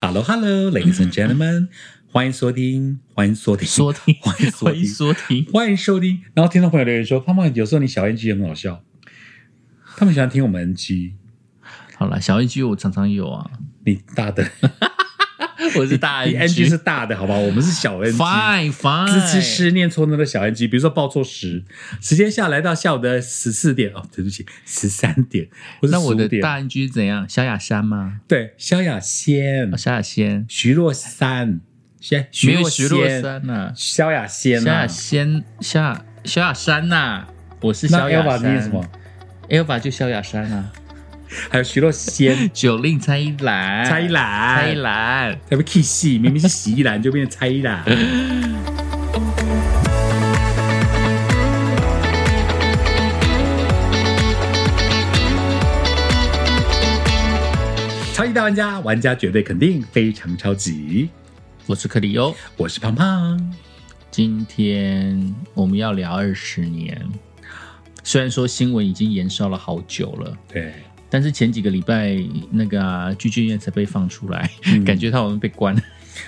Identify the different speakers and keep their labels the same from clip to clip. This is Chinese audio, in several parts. Speaker 1: Hello Hello Ladies and Gentlemen，欢迎收听，欢迎收听，
Speaker 2: 说听，
Speaker 1: 欢迎收
Speaker 2: 欢迎
Speaker 1: 听，
Speaker 2: 说听，
Speaker 1: 欢迎收听。然后听众朋友留言说，胖胖有时候你小 N G 很好笑，他们喜欢听我们 N G，
Speaker 2: 好了，小 NG 我常常有啊，
Speaker 1: 你大的
Speaker 2: 我是 大
Speaker 1: 你 N G 是大的，好吧？我们是小 N G。
Speaker 2: fine fine，
Speaker 1: 字吃诗念错那个小 N G，比如说报错时，时间下来到下午的十四点哦，对不起，十三点或者
Speaker 2: 那
Speaker 1: 十五
Speaker 2: 我的
Speaker 1: 点。
Speaker 2: 大 NG 是怎样？萧亚轩吗？
Speaker 1: 对，萧亚轩
Speaker 2: 哦、、萧亚轩，
Speaker 1: 徐若珊、徐
Speaker 2: 没
Speaker 1: 徐
Speaker 2: 有
Speaker 1: 若
Speaker 2: 徐若
Speaker 1: 瑄
Speaker 2: 瑄呐，
Speaker 1: 萧亚轩
Speaker 2: 萧
Speaker 1: 啊
Speaker 2: 亚，轩，萧亚萧亚山呐，哎我是
Speaker 1: 那
Speaker 2: 萧亚
Speaker 1: Elva
Speaker 2: 山。
Speaker 1: 念什么？
Speaker 2: ？Elva 就萧亚山啊，、
Speaker 1: 还有徐若瑄
Speaker 2: 九令蔡依兰，
Speaker 1: 蔡依，兰、
Speaker 2: 蔡依，兰，
Speaker 1: 才不 K 戏，明明是洗衣篮 就变成蔡依兰。超级大玩家，玩家绝对肯定非常超级。
Speaker 2: 我是克里欧。
Speaker 1: 我是胖胖，
Speaker 2: 今天我们要聊二十年，虽然说新闻已经延烧了好久了。
Speaker 1: 对，
Speaker 2: 但是前几个礼拜那个啊具俊晔才被放出来，感觉他好像被 关了。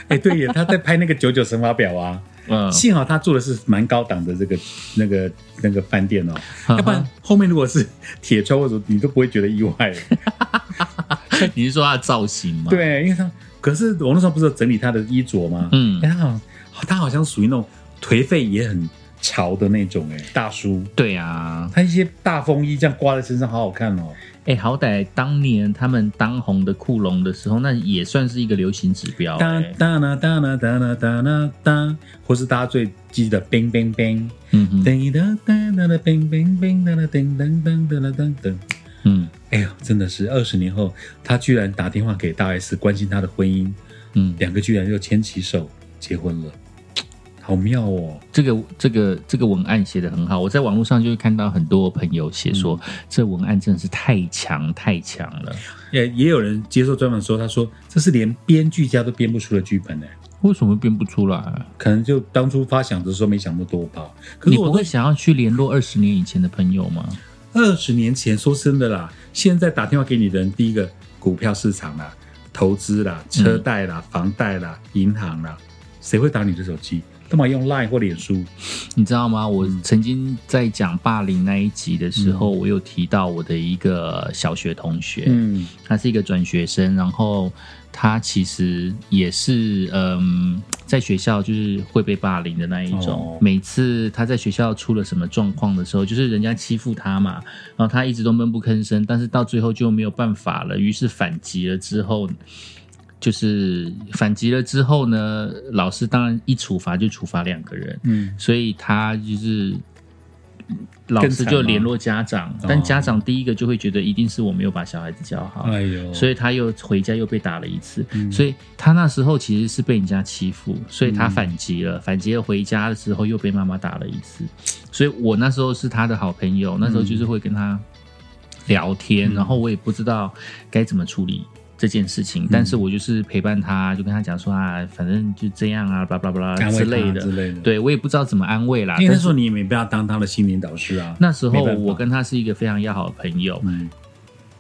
Speaker 1: 哎、对耶，他在拍那个九九乘法表啊。
Speaker 2: 嗯，
Speaker 1: 幸好他住的是蛮高档的这个那个那个饭店哦，
Speaker 2: 嗯哼
Speaker 1: 要不然后面如果是铁窗或者你都不会觉得意外。
Speaker 2: 你是说他的造型吗？，
Speaker 1: 对，因为他可是我那时候不是有整理他的衣着吗？
Speaker 2: 嗯
Speaker 1: 哎，他好他好像属于那种颓废也很潮的那种哎、大叔，
Speaker 2: 对啊，
Speaker 1: 他一些大风衣这样挂在身上，好好看哦。
Speaker 2: 哎、好歹当年他们当红的酷龙的时候，那也算是一个流行指标、
Speaker 1: 哒
Speaker 2: 欸。
Speaker 1: 哒啦哒啦哒啦哒啦哒，或是大家最记得 bang bang bang，
Speaker 2: 嗯哼，
Speaker 1: 噔哒哒哒哒 bang bang bang 哒啦噔噔噔哒啦噔噔。
Speaker 2: 嗯
Speaker 1: 哎呦，真的是二十年后，他居然打电话给大 S 关心他的婚姻，
Speaker 2: 嗯，
Speaker 1: 两个居然又牵起手结婚了，好妙哦！
Speaker 2: 这个这个这个文案写的很好，我在网络上就会看到很多朋友写说，这文案真的是太强太强了。
Speaker 1: 也也有人接受专访说，他说这是连编剧家都编不出的剧本呢、
Speaker 2: 为什么编不出来？啊
Speaker 1: 可能就当初发想的时候没想那么多吧。可
Speaker 2: 你
Speaker 1: 是
Speaker 2: 不
Speaker 1: 我
Speaker 2: 会想要去联络二十年以前的朋友吗？
Speaker 1: 二十年前说真的啦，现在打电话给你的人，第一个股票市场啦、投资啦、车
Speaker 2: 嗯
Speaker 1: 贷啦、房贷啦、银行啦，谁会打你的手机？干嘛用 Line 或脸书？
Speaker 2: 你知道吗？
Speaker 1: 嗯
Speaker 2: 我曾经在讲霸凌那一集的时候，我有提到我的一个小学同学，
Speaker 1: 嗯
Speaker 2: 他是一个转学生，然后他其实也是嗯，在学校就是会被霸凌的那一种。
Speaker 1: 哦
Speaker 2: 每次他在学校出了什么状况的时候，就是人家欺负他嘛，然后他一直都闷不吭声，但是到最后就没有办法了，于是反击了之后。就是反击了之后呢，老师当然一处罚就处罚两个人，
Speaker 1: 嗯，
Speaker 2: 所以他就是老师就联络家长，
Speaker 1: 哦
Speaker 2: 但家长第一个就会觉得一定是我没有把小孩子教好，
Speaker 1: 哎呦，
Speaker 2: 所以他又回家又被打了一次，
Speaker 1: 嗯
Speaker 2: 所以他那时候其实是被人家欺负，所以他反击
Speaker 1: 嗯
Speaker 2: 了，反击了回家的时候又被妈妈打了一次，所以我那时候是他的好朋友，那时候就是会跟他聊
Speaker 1: 嗯
Speaker 2: 天，然后我也不知道该怎么处理。这件事情，但
Speaker 1: 嗯
Speaker 2: 是我就是陪伴他，就跟他讲说啊，反正就这样啊，巴拉巴拉
Speaker 1: 安慰
Speaker 2: 之
Speaker 1: 他
Speaker 2: 类的
Speaker 1: 之，类的。
Speaker 2: 对我也不知道怎么安慰啦。
Speaker 1: 因为
Speaker 2: 但
Speaker 1: 那
Speaker 2: 是
Speaker 1: 时候你也没必要当他的心灵导师啊。
Speaker 2: 那时候
Speaker 1: 没办法
Speaker 2: 我跟他是一个非常要好的朋友，
Speaker 1: 嗯，
Speaker 2: 因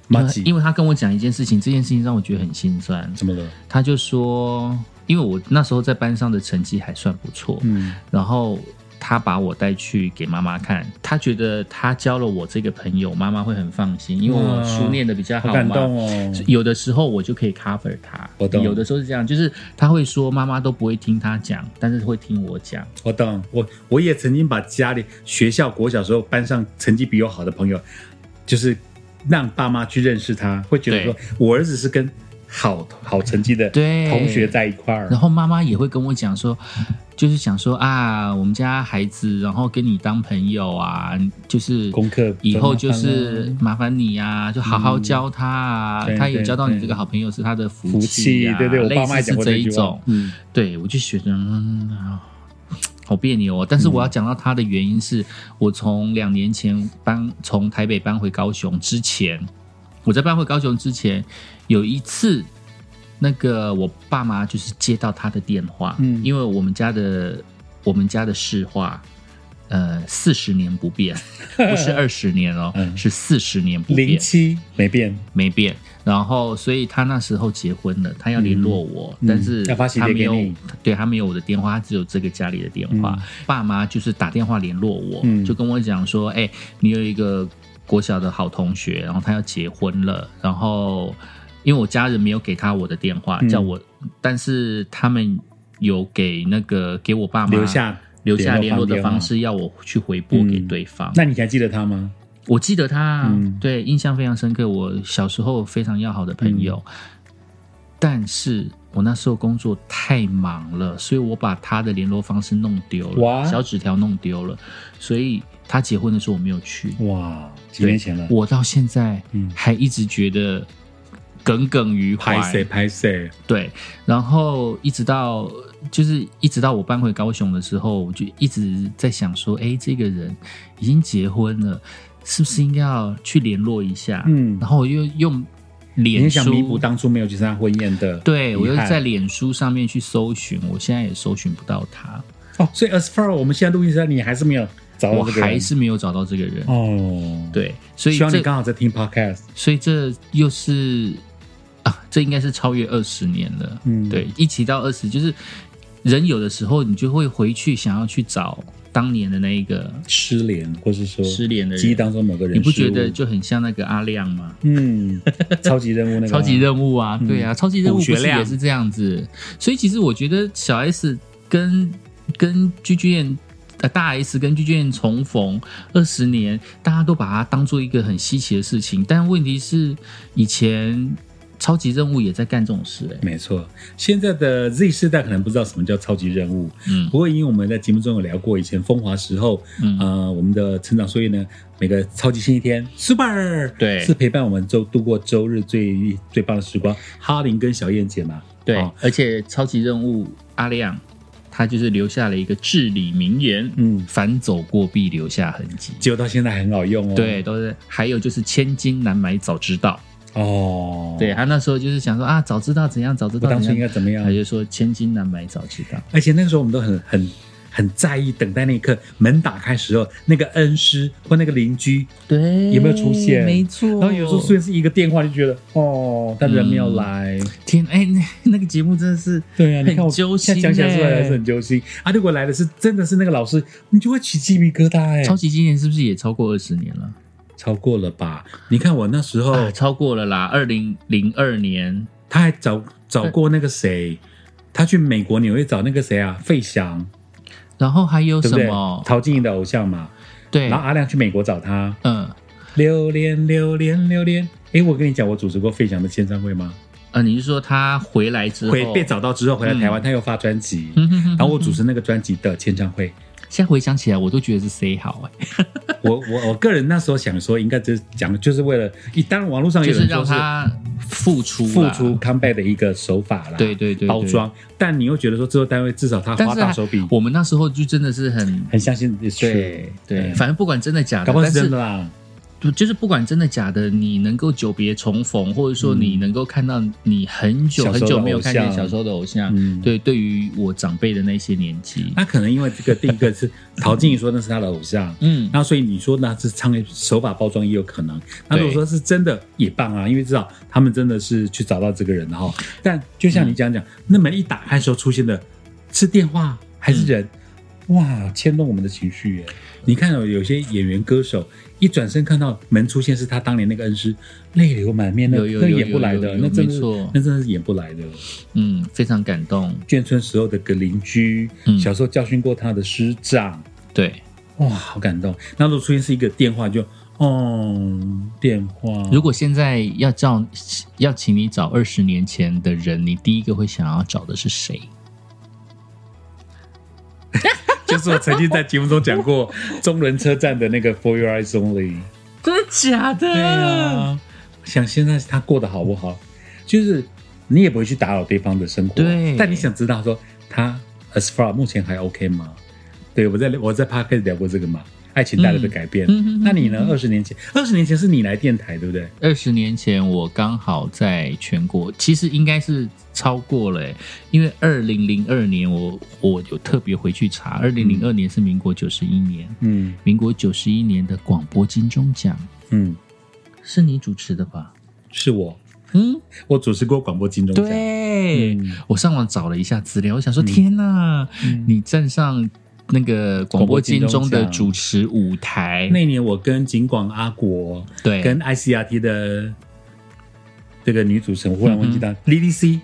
Speaker 1: 马
Speaker 2: 为
Speaker 1: 吉，
Speaker 2: 因为他跟我讲一件事情，这件事情让我觉得很心酸。
Speaker 1: 怎么了？
Speaker 2: 他就说，因为我那时候在班上的成绩还算不错，
Speaker 1: 嗯
Speaker 2: 然后他把我带去给妈妈看，他觉得他交了我这个朋友，妈妈会很放心，因为我
Speaker 1: 哇
Speaker 2: 书念的比较
Speaker 1: 好
Speaker 2: 好
Speaker 1: 感
Speaker 2: 嘛。
Speaker 1: 动哦。
Speaker 2: 有的时候我就可以 cover 他
Speaker 1: 我，懂
Speaker 2: 有的时候是这样，就是他会说妈妈都不会听他讲，但是会听我讲。
Speaker 1: 我懂，我我也曾经把家里、学校、国小时候班上成绩比我好的朋友，就是让爸妈去认识他，会觉得说我儿子是跟好好成绩的
Speaker 2: 对
Speaker 1: 同学在一块儿
Speaker 2: 然。后妈妈也会跟我讲说，就是想说啊，我们家孩子，然后跟你当朋友啊，就是
Speaker 1: 功课
Speaker 2: 以后就
Speaker 1: 多麻烦
Speaker 2: 是
Speaker 1: 啊
Speaker 2: 麻烦你啊，就好好教他啊，
Speaker 1: 嗯对
Speaker 2: 他有
Speaker 1: 对
Speaker 2: 交到你
Speaker 1: 对
Speaker 2: 这个好朋友是他的福
Speaker 1: 福
Speaker 2: 气
Speaker 1: 气
Speaker 2: 啊，，
Speaker 1: 对对，我爸妈
Speaker 2: 类
Speaker 1: 也
Speaker 2: 似
Speaker 1: 讲
Speaker 2: 是
Speaker 1: 过
Speaker 2: 这
Speaker 1: 这
Speaker 2: 一
Speaker 1: 句话
Speaker 2: 种。，
Speaker 1: 嗯，
Speaker 2: 对我就觉得嗯啊好别扭哦。但是我要讲到他的原因是，我从两年前搬从台北搬回高雄之前，我在搬回高雄之前有一次。那个我爸妈就是接到他的电话，
Speaker 1: 嗯
Speaker 2: 因为我们家的我们家的市话呃四十年 不变，不是二十年哦，
Speaker 1: 嗯
Speaker 2: 是四十年不
Speaker 1: 零
Speaker 2: 变，
Speaker 1: 七没变，
Speaker 2: 没变。然后，所以他那时候结婚了，他要联络我，
Speaker 1: 嗯
Speaker 2: 但是
Speaker 1: 要发喜帖
Speaker 2: 他没有
Speaker 1: 给你，
Speaker 2: 对他没有我的电话，他只有这个家里的电话。爸妈就是打电话联络我，
Speaker 1: 嗯
Speaker 2: 就跟我讲说，哎、你有一个国小的好同学，然后他要结婚了，然后因为我家人没有给他我的电话，
Speaker 1: 嗯
Speaker 2: 叫我，但是他们有给那个给我爸妈
Speaker 1: 留下
Speaker 2: 留下联络的
Speaker 1: 电话
Speaker 2: 方。式，要我去回拨给
Speaker 1: 嗯
Speaker 2: 对方。
Speaker 1: 那你还记得他吗？
Speaker 2: 我记得他，
Speaker 1: 嗯
Speaker 2: 对，印象非常深刻。我小时候非常要好的朋友，
Speaker 1: 嗯
Speaker 2: 但是我那时候工作太忙了，所以我把他的联络方式弄丢
Speaker 1: 哇
Speaker 2: 了，小纸条弄丢了，所以他结婚的时候我没有去。
Speaker 1: 哇，几年前了，
Speaker 2: 我到现在
Speaker 1: 嗯
Speaker 2: 还一直觉得耿耿于
Speaker 1: 拍
Speaker 2: 怀
Speaker 1: 谁，拍谁，
Speaker 2: 对，然后一直到就是一直到我搬回高雄的时候，我就一直在想说，哎，这个人已经结婚了，是不是应该要去联络一下？
Speaker 1: 嗯
Speaker 2: 然后我又用
Speaker 1: 你很
Speaker 2: 脸
Speaker 1: 想
Speaker 2: 书，
Speaker 1: 弥补当初没有去参加婚宴的遗憾，
Speaker 2: 对我又在脸书上面去搜寻，我现在也搜寻不到他，
Speaker 1: 哦，所以 as far 我们现在录音时，你还是没有找
Speaker 2: 我
Speaker 1: 到这个人，
Speaker 2: 还是没有找到这个人。
Speaker 1: 哦，，
Speaker 2: 对，所以
Speaker 1: 希望你
Speaker 2: 这
Speaker 1: 刚好在听 podcast，
Speaker 2: 所以这又是啊，这应该是超越二十年了。
Speaker 1: 嗯
Speaker 2: 对，一提到二十，就是人有的时候你就会回去想要去找当年的那一个
Speaker 1: 失联，或是说
Speaker 2: 失联的人
Speaker 1: 记忆当中某个人，
Speaker 2: 你不觉得？就很像那个阿亮吗？
Speaker 1: 嗯， 超级任务那个吗，
Speaker 2: 超级任务啊，
Speaker 1: 嗯
Speaker 2: 对啊，超级任务
Speaker 1: 武
Speaker 2: 不
Speaker 1: 学
Speaker 2: 是
Speaker 1: 亮
Speaker 2: 也是这样子？所以其实我觉得小 S 跟跟居居燕。呃，大 S 跟居居燕重逢二十年，大家都把它当做一个很稀奇的事情。但问题是，以前超级任务也在干这种事、欸，
Speaker 1: 没错，现在的 Z 世代可能不知道什么叫超级任务，
Speaker 2: 嗯
Speaker 1: 不过因为我们在节目中有聊过，以前风华时候，
Speaker 2: 嗯
Speaker 1: 呃，我们的成长岁月呢，每个超级星期天 Super
Speaker 2: 对
Speaker 1: 是陪伴我们周度过周日最最棒的时光。哈林跟小燕姐嘛，
Speaker 2: 对，
Speaker 1: 哦
Speaker 2: 而且超级任务阿亮，他就是留下了一个至理名言，
Speaker 1: 嗯，
Speaker 2: 凡走过必留下痕迹。
Speaker 1: 结果到现在还很好用哦。
Speaker 2: 对，都是还有就是千金难买早知道，
Speaker 1: 哦，
Speaker 2: 对，啊他那时候就是想说啊，早知道怎样，早知
Speaker 1: 我
Speaker 2: 道
Speaker 1: 当初
Speaker 2: 怎
Speaker 1: 应该
Speaker 2: 样，
Speaker 1: 怎么样
Speaker 2: 他？就说千金难买早知道。
Speaker 1: 而且那个时候我们都很很很在意，等待那一刻门打开时候，那个恩师或那个邻居，
Speaker 2: 对，
Speaker 1: 有没有出现
Speaker 2: 没错。
Speaker 1: 然后有时候虽然是一个电话，就觉得哦，他人没有来。
Speaker 2: 天，哎、那那个节目真的是
Speaker 1: 嗯对啊，你
Speaker 2: 很
Speaker 1: 看我
Speaker 2: 揪心、欸，
Speaker 1: 现在讲起来出来还是很揪心啊！如果来的是真的是那个老师，你就会起鸡皮疙瘩哎、
Speaker 2: 超级今年是不是也超过二十年了？
Speaker 1: 超过了吧？你看我那时候，
Speaker 2: 啊，超过了啦，二零零二年
Speaker 1: 他还找找过那个谁，他去美国纽约找那个谁啊，费翔，
Speaker 2: 然后还有
Speaker 1: 对
Speaker 2: 什
Speaker 1: 不对
Speaker 2: 么？？
Speaker 1: 陶晶莹的偶像嘛。
Speaker 2: 对，
Speaker 1: 然后阿亮去美国找他，
Speaker 2: 嗯，
Speaker 1: 榴莲榴莲榴莲。哎，我跟你讲，我主持过费翔的签唱会吗？
Speaker 2: 呃，你是说他回来之后
Speaker 1: 回 被？找到之后回来台湾，
Speaker 2: 嗯
Speaker 1: 他又发专辑，
Speaker 2: 嗯哼哼哼
Speaker 1: 然后我主持那个专辑的签唱会。
Speaker 2: 现在回想起来，我都觉得是 say 好哎、
Speaker 1: 我我我个人那时候想说，应该就是讲，就是为了，当然网络上有
Speaker 2: 就是
Speaker 1: 人
Speaker 2: 让
Speaker 1: 说是
Speaker 2: 他付出
Speaker 1: 付
Speaker 2: 啦
Speaker 1: 出 comeback 的一个手法啦，
Speaker 2: 对对对对
Speaker 1: 包装。但你又觉得说制作单位至少他
Speaker 2: 但
Speaker 1: 花
Speaker 2: 是
Speaker 1: 大手笔，
Speaker 2: 我们那时候就真的是很
Speaker 1: 很相信 it's true，
Speaker 2: 对对，反正不管真的假的，
Speaker 1: 搞不好
Speaker 2: 但
Speaker 1: 是
Speaker 2: 是
Speaker 1: 真的啦。
Speaker 2: 就是不管真的假的，你能够久别重逢，或者说你能够看到你很
Speaker 1: 嗯
Speaker 2: 久
Speaker 1: 小时候的
Speaker 2: 很久没有
Speaker 1: 偶
Speaker 2: 看见
Speaker 1: 像
Speaker 2: 小时候的偶像，
Speaker 1: 嗯哎
Speaker 2: 对，对于我长辈的那些年纪，
Speaker 1: 那可能因为这个第一个是陶晶莹说那是他的偶像。
Speaker 2: 嗯，
Speaker 1: 那所以你说那是商业手法包装也有可能。那如果说是真的也棒啊，因为至少他们真的是去找到这个人了哈。但就像你讲讲，那门一打开时候出现的是电话还是
Speaker 2: 嗯
Speaker 1: 人，哇，牵动我们的情绪耶。你看哦，有些演员歌手一转身看到门出现是他当年那个恩师，泪流满面，那
Speaker 2: 有有
Speaker 1: 那
Speaker 2: 有
Speaker 1: 演不来
Speaker 2: 有有
Speaker 1: 的，
Speaker 2: 有
Speaker 1: 那真的是
Speaker 2: 没错
Speaker 1: 那真的是演不来的。
Speaker 2: 嗯，非常感动，
Speaker 1: 眷村时候的个邻居
Speaker 2: 嗯，
Speaker 1: 小时候教训过他的师长。
Speaker 2: 对。
Speaker 1: 哇，好感动！那如果出现是一个电话就，哦，电话。
Speaker 2: 如果现在要叫要请你找二十年前的人，你第一个会想要找的是谁？
Speaker 1: 就是我曾经在节目中讲 过中仑车站的那个 For Your Eyes Only，
Speaker 2: 真的假的？
Speaker 1: 对啊，想现在他过得好不好，就是你也不会去打扰对方的生活，
Speaker 2: 对
Speaker 1: 但你想知道说他 as far 目前还 OK 吗？对我在我在 p a r k 聊过这个嘛，爱情带来的改变。
Speaker 2: 嗯嗯嗯嗯
Speaker 1: 那你呢？二十年前，二十年前是你来电台，对不对？
Speaker 2: 二十年前我刚好在全国，其实应该是超过了欸、因为二零零二年我我有特别回去查，二零零二年是民国九十一年，
Speaker 1: 嗯
Speaker 2: 民国九十一年的广播金钟奖
Speaker 1: 嗯，
Speaker 2: 是你主持的吧？
Speaker 1: 是我，
Speaker 2: 嗯，
Speaker 1: 我主持过广播金钟奖。
Speaker 2: 对，
Speaker 1: 嗯
Speaker 2: 我上网找了一下资料，我想说，天哪，
Speaker 1: 嗯
Speaker 2: 你站上那个广播金钟
Speaker 1: 广播金钟
Speaker 2: 的
Speaker 1: 奖
Speaker 2: 主持舞台，
Speaker 1: 那一年我跟景广阿国
Speaker 2: 对，
Speaker 1: 跟 ICRT 的这个女主持人，我忽然忘记
Speaker 2: 嗯
Speaker 1: 她 Lily C。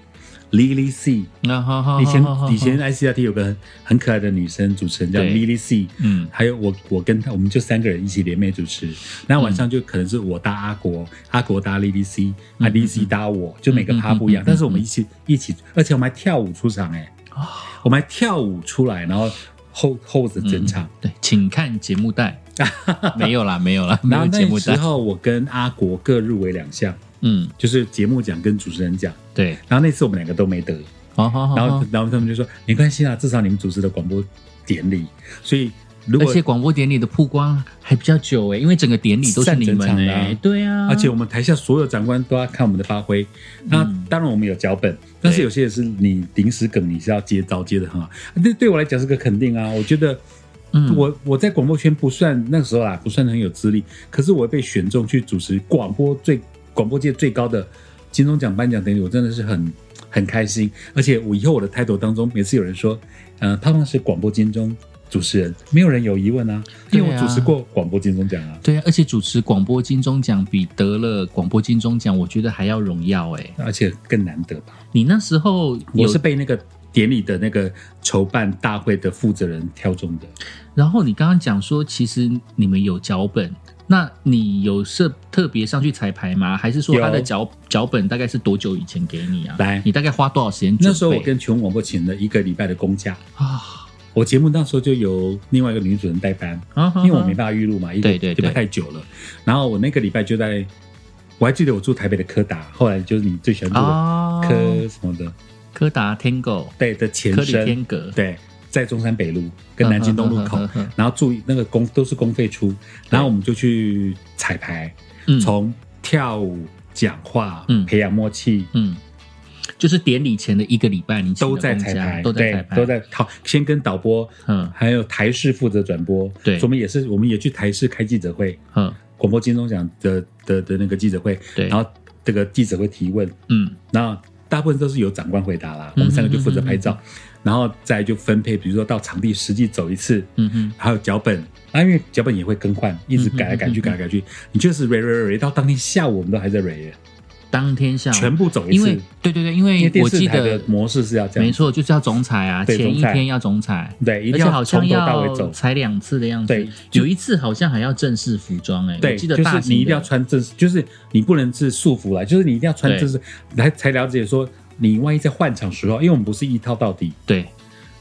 Speaker 1: Lily C，
Speaker 2: 那好好好
Speaker 1: 以前
Speaker 2: 好好
Speaker 1: 以前 ICRT 有个很很可爱的女生主持人叫
Speaker 2: 哦对
Speaker 1: Lily C，
Speaker 2: 嗯
Speaker 1: 还有我，我跟他，我们就三个人一起联袂主持。那晚上就可能是我搭阿国，阿国搭 l i l y C，啊 l
Speaker 2: 嗯
Speaker 1: i l y C 搭我，就每个趴不一样
Speaker 2: 嗯嗯嗯嗯。
Speaker 1: 但是我们一起一起，而且我们还跳舞出场，哎，
Speaker 2: 啊
Speaker 1: 我们还跳舞出来，然后后后着整场。
Speaker 2: 嗯对，请看节 目带，没有啦，没有啦，没
Speaker 1: 然
Speaker 2: 有
Speaker 1: 后
Speaker 2: 节目
Speaker 1: 那时
Speaker 2: 带，
Speaker 1: 候我跟阿国各入围两项，
Speaker 2: 嗯，
Speaker 1: 就是节目奖跟主持人奖。
Speaker 2: 对，
Speaker 1: 然后那次我们两个都没得，
Speaker 2: 好好好，
Speaker 1: 然后
Speaker 2: 好
Speaker 1: 然后他们就说没关系啦，至少你们主持的广播典礼，所以如
Speaker 2: 而
Speaker 1: 果
Speaker 2: 且广播典礼的曝光还比较久哎，因为整个典礼都是
Speaker 1: 占
Speaker 2: 你
Speaker 1: 整
Speaker 2: 们
Speaker 1: 场的啊
Speaker 2: 哎，对啊，
Speaker 1: 而且我们台下所有长官都要看我们的发挥。那
Speaker 2: 嗯
Speaker 1: 当然我们有脚本，但是有些也是你临时梗，你是要接招接的很好。那对我来讲是个肯定啊，我觉得。
Speaker 2: 嗯
Speaker 1: 我我在广播圈不算那时候啦，不算很有资历，可是我被选中去主持广播最广播界最高的金钟奖颁奖典礼，我真的是很很开心。而且我以后我的 title 当中，每次有人说，呃，胖胖是广播金钟主持人，没有人有疑问啊，因为我
Speaker 2: 对啊
Speaker 1: 主持过广播金钟奖啊。
Speaker 2: 对啊，而且主持广播金钟奖比得了广播金钟奖，我觉得还要荣耀哎。
Speaker 1: 而且更难得吧，
Speaker 2: 你那时候
Speaker 1: 我
Speaker 2: 有
Speaker 1: 是被那个典礼的那个筹办大会的负责人挑中的。
Speaker 2: 然后你刚刚讲说，其实你们有脚本，那你有设特别上去彩排吗？还是说
Speaker 1: 有
Speaker 2: 他的脚脚本大概是多久以前给你啊？
Speaker 1: 来
Speaker 2: 你大概花多少时间准备？
Speaker 1: 那时候我跟全国广播请了一个礼拜的公假，
Speaker 2: 啊，
Speaker 1: 我节目那时候就由另外一个女主持人代班，
Speaker 2: 因
Speaker 1: 因为我没办法预录嘛，一个
Speaker 2: 嗯对对
Speaker 1: 礼
Speaker 2: 对
Speaker 1: 拜太久了。然后我那个礼拜就在，我还记得我住台北的科达，后来就是你最喜欢住的
Speaker 2: 啊，
Speaker 1: 科什么的，
Speaker 2: 柯达 Tango
Speaker 1: 对的前
Speaker 2: 科里
Speaker 1: 身
Speaker 2: 天，阁
Speaker 1: 对，在中山北路跟南京东路口
Speaker 2: 嗯嗯嗯嗯嗯，
Speaker 1: 然后住那个公都是公费出，然后我们就去彩排，
Speaker 2: 嗯
Speaker 1: 从跳舞、讲话、
Speaker 2: 嗯
Speaker 1: 培养默契，
Speaker 2: 嗯，就是典礼前的一个礼拜，你请
Speaker 1: 都
Speaker 2: 的
Speaker 1: 在
Speaker 2: 公
Speaker 1: 彩
Speaker 2: 假
Speaker 1: 排，
Speaker 2: 都在
Speaker 1: 对
Speaker 2: 彩排，
Speaker 1: 都在好，先跟导播，
Speaker 2: 嗯
Speaker 1: 还有台视负责转播，
Speaker 2: 对
Speaker 1: 所以我们也是，我们也去台视开记者会，
Speaker 2: 嗯
Speaker 1: 广播金钟奖的的的那个记者会，
Speaker 2: 对，
Speaker 1: 然后这个记者会提问，
Speaker 2: 嗯
Speaker 1: 然后大部分都是由长官回答啦，
Speaker 2: 嗯
Speaker 1: 我们三个就负责拍照，然后再就分配，比如说到场地实际走一次，
Speaker 2: 嗯哼
Speaker 1: 还有脚本。啊，因为脚本也会更换，一直改来改去，
Speaker 2: 嗯嗯嗯嗯
Speaker 1: 改来改去。你就是 re re re 到当天下午，我们都还在 re，
Speaker 2: 当天下午
Speaker 1: 全部走一
Speaker 2: 嗯因
Speaker 1: 次
Speaker 2: 为。对对对，因
Speaker 1: 因为
Speaker 2: 为
Speaker 1: 电
Speaker 2: 我
Speaker 1: 视
Speaker 2: 记
Speaker 1: 台
Speaker 2: 得
Speaker 1: 的模式是要这样
Speaker 2: 没，错，就是要总裁啊，
Speaker 1: 对
Speaker 2: 前一
Speaker 1: 总裁
Speaker 2: 天要总裁，
Speaker 1: 对，一定
Speaker 2: 而且
Speaker 1: 要
Speaker 2: 好
Speaker 1: 从
Speaker 2: 像
Speaker 1: 头到尾
Speaker 2: 要
Speaker 1: 走。
Speaker 2: 裁两次的样子。
Speaker 1: 对就
Speaker 2: 有一次好像还要正式服装哎、欸，
Speaker 1: 对，
Speaker 2: 我记得
Speaker 1: 就
Speaker 2: 大
Speaker 1: 是
Speaker 2: 型的
Speaker 1: 你一定要穿正式，就是你不能是束缚来，就是你一定要穿正式来才了解说，你万一在换场时候，因为我们不是一套到底
Speaker 2: 对，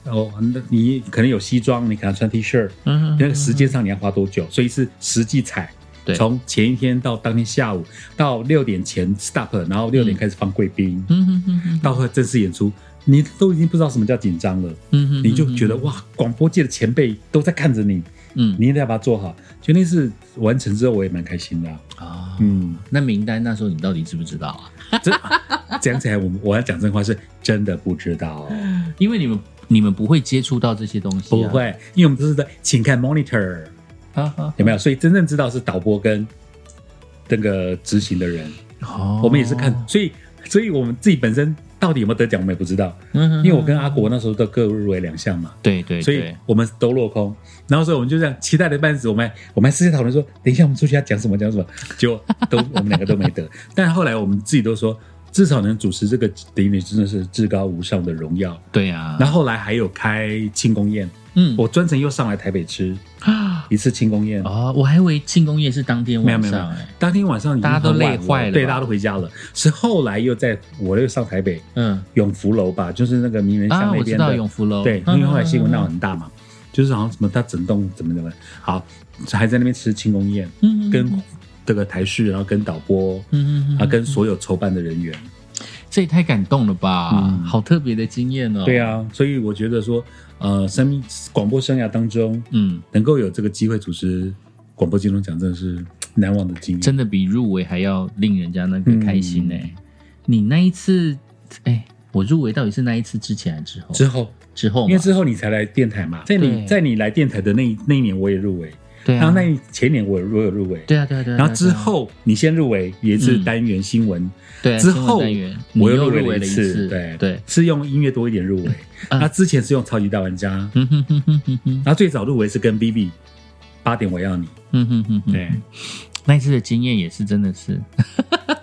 Speaker 1: 哦，那你可能有西装，你可能穿 T 恤，
Speaker 2: 嗯
Speaker 1: 那个时间上你要花多久？所以是实际踩
Speaker 2: 对，
Speaker 1: 从前一天到当天下午到六点前 stop，然后六点开始放贵宾，
Speaker 2: 嗯哼哼哼
Speaker 1: 到会正式演出，你都已经不知道什么叫紧张了，
Speaker 2: 嗯哼，
Speaker 1: 你就觉得哇，广播界的前辈都在看着你，
Speaker 2: 嗯
Speaker 1: 你一定要把它做好。就那次完成之后，我也蛮开心的啊、
Speaker 2: 啊。
Speaker 1: 嗯，
Speaker 2: 那名单那时候你到底知不知道啊？
Speaker 1: 这嗯讲起来，我们 我要讲真话，是真的不知 道，
Speaker 2: 因为你们你们不会接触到这些东西、啊，
Speaker 1: 不会，因为我们都是在请看 monitor
Speaker 2: 啊哈
Speaker 1: 有没有，所以真正知道是导播跟那个执行的人，
Speaker 2: 哦
Speaker 1: 我们也是看，所以所以我们自己本身到底有没有得奖，我们也不知道，
Speaker 2: 嗯哼哼
Speaker 1: 因为我跟阿国那时候都各入围两项嘛。
Speaker 2: 对对
Speaker 1: 所以
Speaker 2: 对，
Speaker 1: 我们都落空，然后所以我们就这样期待的半死，我们还我们还私下讨论说，等一下我们出去要讲什么讲什么，结果都我们两个都没得。 但后来我们自己都说，至少能主持这个典礼真的是至高无上的荣耀。
Speaker 2: 对啊，
Speaker 1: 然后后来还有开庆功宴，
Speaker 2: 嗯
Speaker 1: 我专程又上来台北吃
Speaker 2: 啊
Speaker 1: 一次庆功宴。
Speaker 2: 哦，我还以为庆功宴是当天
Speaker 1: 没有
Speaker 2: 晚
Speaker 1: 没有没有
Speaker 2: 上哎、欸，
Speaker 1: 当天晚上已经
Speaker 2: 大家都
Speaker 1: 很晚
Speaker 2: 累坏了
Speaker 1: 对，
Speaker 2: 吧
Speaker 1: 大家都回家了。是后来又在我又上台北
Speaker 2: 嗯
Speaker 1: 永福楼吧，就是那个名人
Speaker 2: 啊，
Speaker 1: 巷
Speaker 2: 我
Speaker 1: 那
Speaker 2: 知
Speaker 1: 边
Speaker 2: 道
Speaker 1: 的
Speaker 2: 永福楼，
Speaker 1: 对，
Speaker 2: 嗯
Speaker 1: 因为后来新闻闹
Speaker 2: 嗯
Speaker 1: 很大嘛， 就是好像什么他整栋怎么怎么好，还在那边吃庆功宴，
Speaker 2: 嗯嗯嗯
Speaker 1: 跟这个台视，然后跟导播，
Speaker 2: 嗯嗯嗯嗯
Speaker 1: 啊，跟所有筹办的人员，
Speaker 2: 这也太感动了吧！
Speaker 1: 嗯
Speaker 2: 好特别的经验哦。
Speaker 1: 对，啊，所以我觉得说，呃，生命广播生涯当中，
Speaker 2: 嗯，
Speaker 1: 能够有这个机会主持广播金钟奖，真的是难忘的经验。
Speaker 2: 真的比入围还要令人家那个开心呢、
Speaker 1: 嗯
Speaker 2: 你那一次，哎、我入围到底是那一次之前还是之后？
Speaker 1: 之后，
Speaker 2: 之后嘛，
Speaker 1: 因为之后你才来电台嘛，在
Speaker 2: 哦对
Speaker 1: 你在你来电台的那一那一年我也入围，
Speaker 2: 对
Speaker 1: 然
Speaker 2: 啊
Speaker 1: 后，那一前年我我有入围，
Speaker 2: 对啊，对啊，对啊。
Speaker 1: 然后之
Speaker 2: 对啊
Speaker 1: 后你先入围也是
Speaker 2: 嗯
Speaker 1: 单元新闻，
Speaker 2: 对啊
Speaker 1: 之
Speaker 2: 新闻
Speaker 1: 后
Speaker 2: 单元
Speaker 1: 我
Speaker 2: 你
Speaker 1: 又
Speaker 2: 入
Speaker 1: 围
Speaker 2: 围
Speaker 1: 了
Speaker 2: 了
Speaker 1: 一
Speaker 2: 一
Speaker 1: 次，
Speaker 2: 次，
Speaker 1: 对
Speaker 2: 对，
Speaker 1: 是用音乐多一点入围。
Speaker 2: 嗯
Speaker 1: 那之前是用超级大玩家，然
Speaker 2: 嗯哼哼哼哼哼
Speaker 1: 后最早入围是跟 B B 八点我要你，嗯
Speaker 2: 嗯哼哼哼哼，
Speaker 1: 对，
Speaker 2: 那一次的经验也是真的是，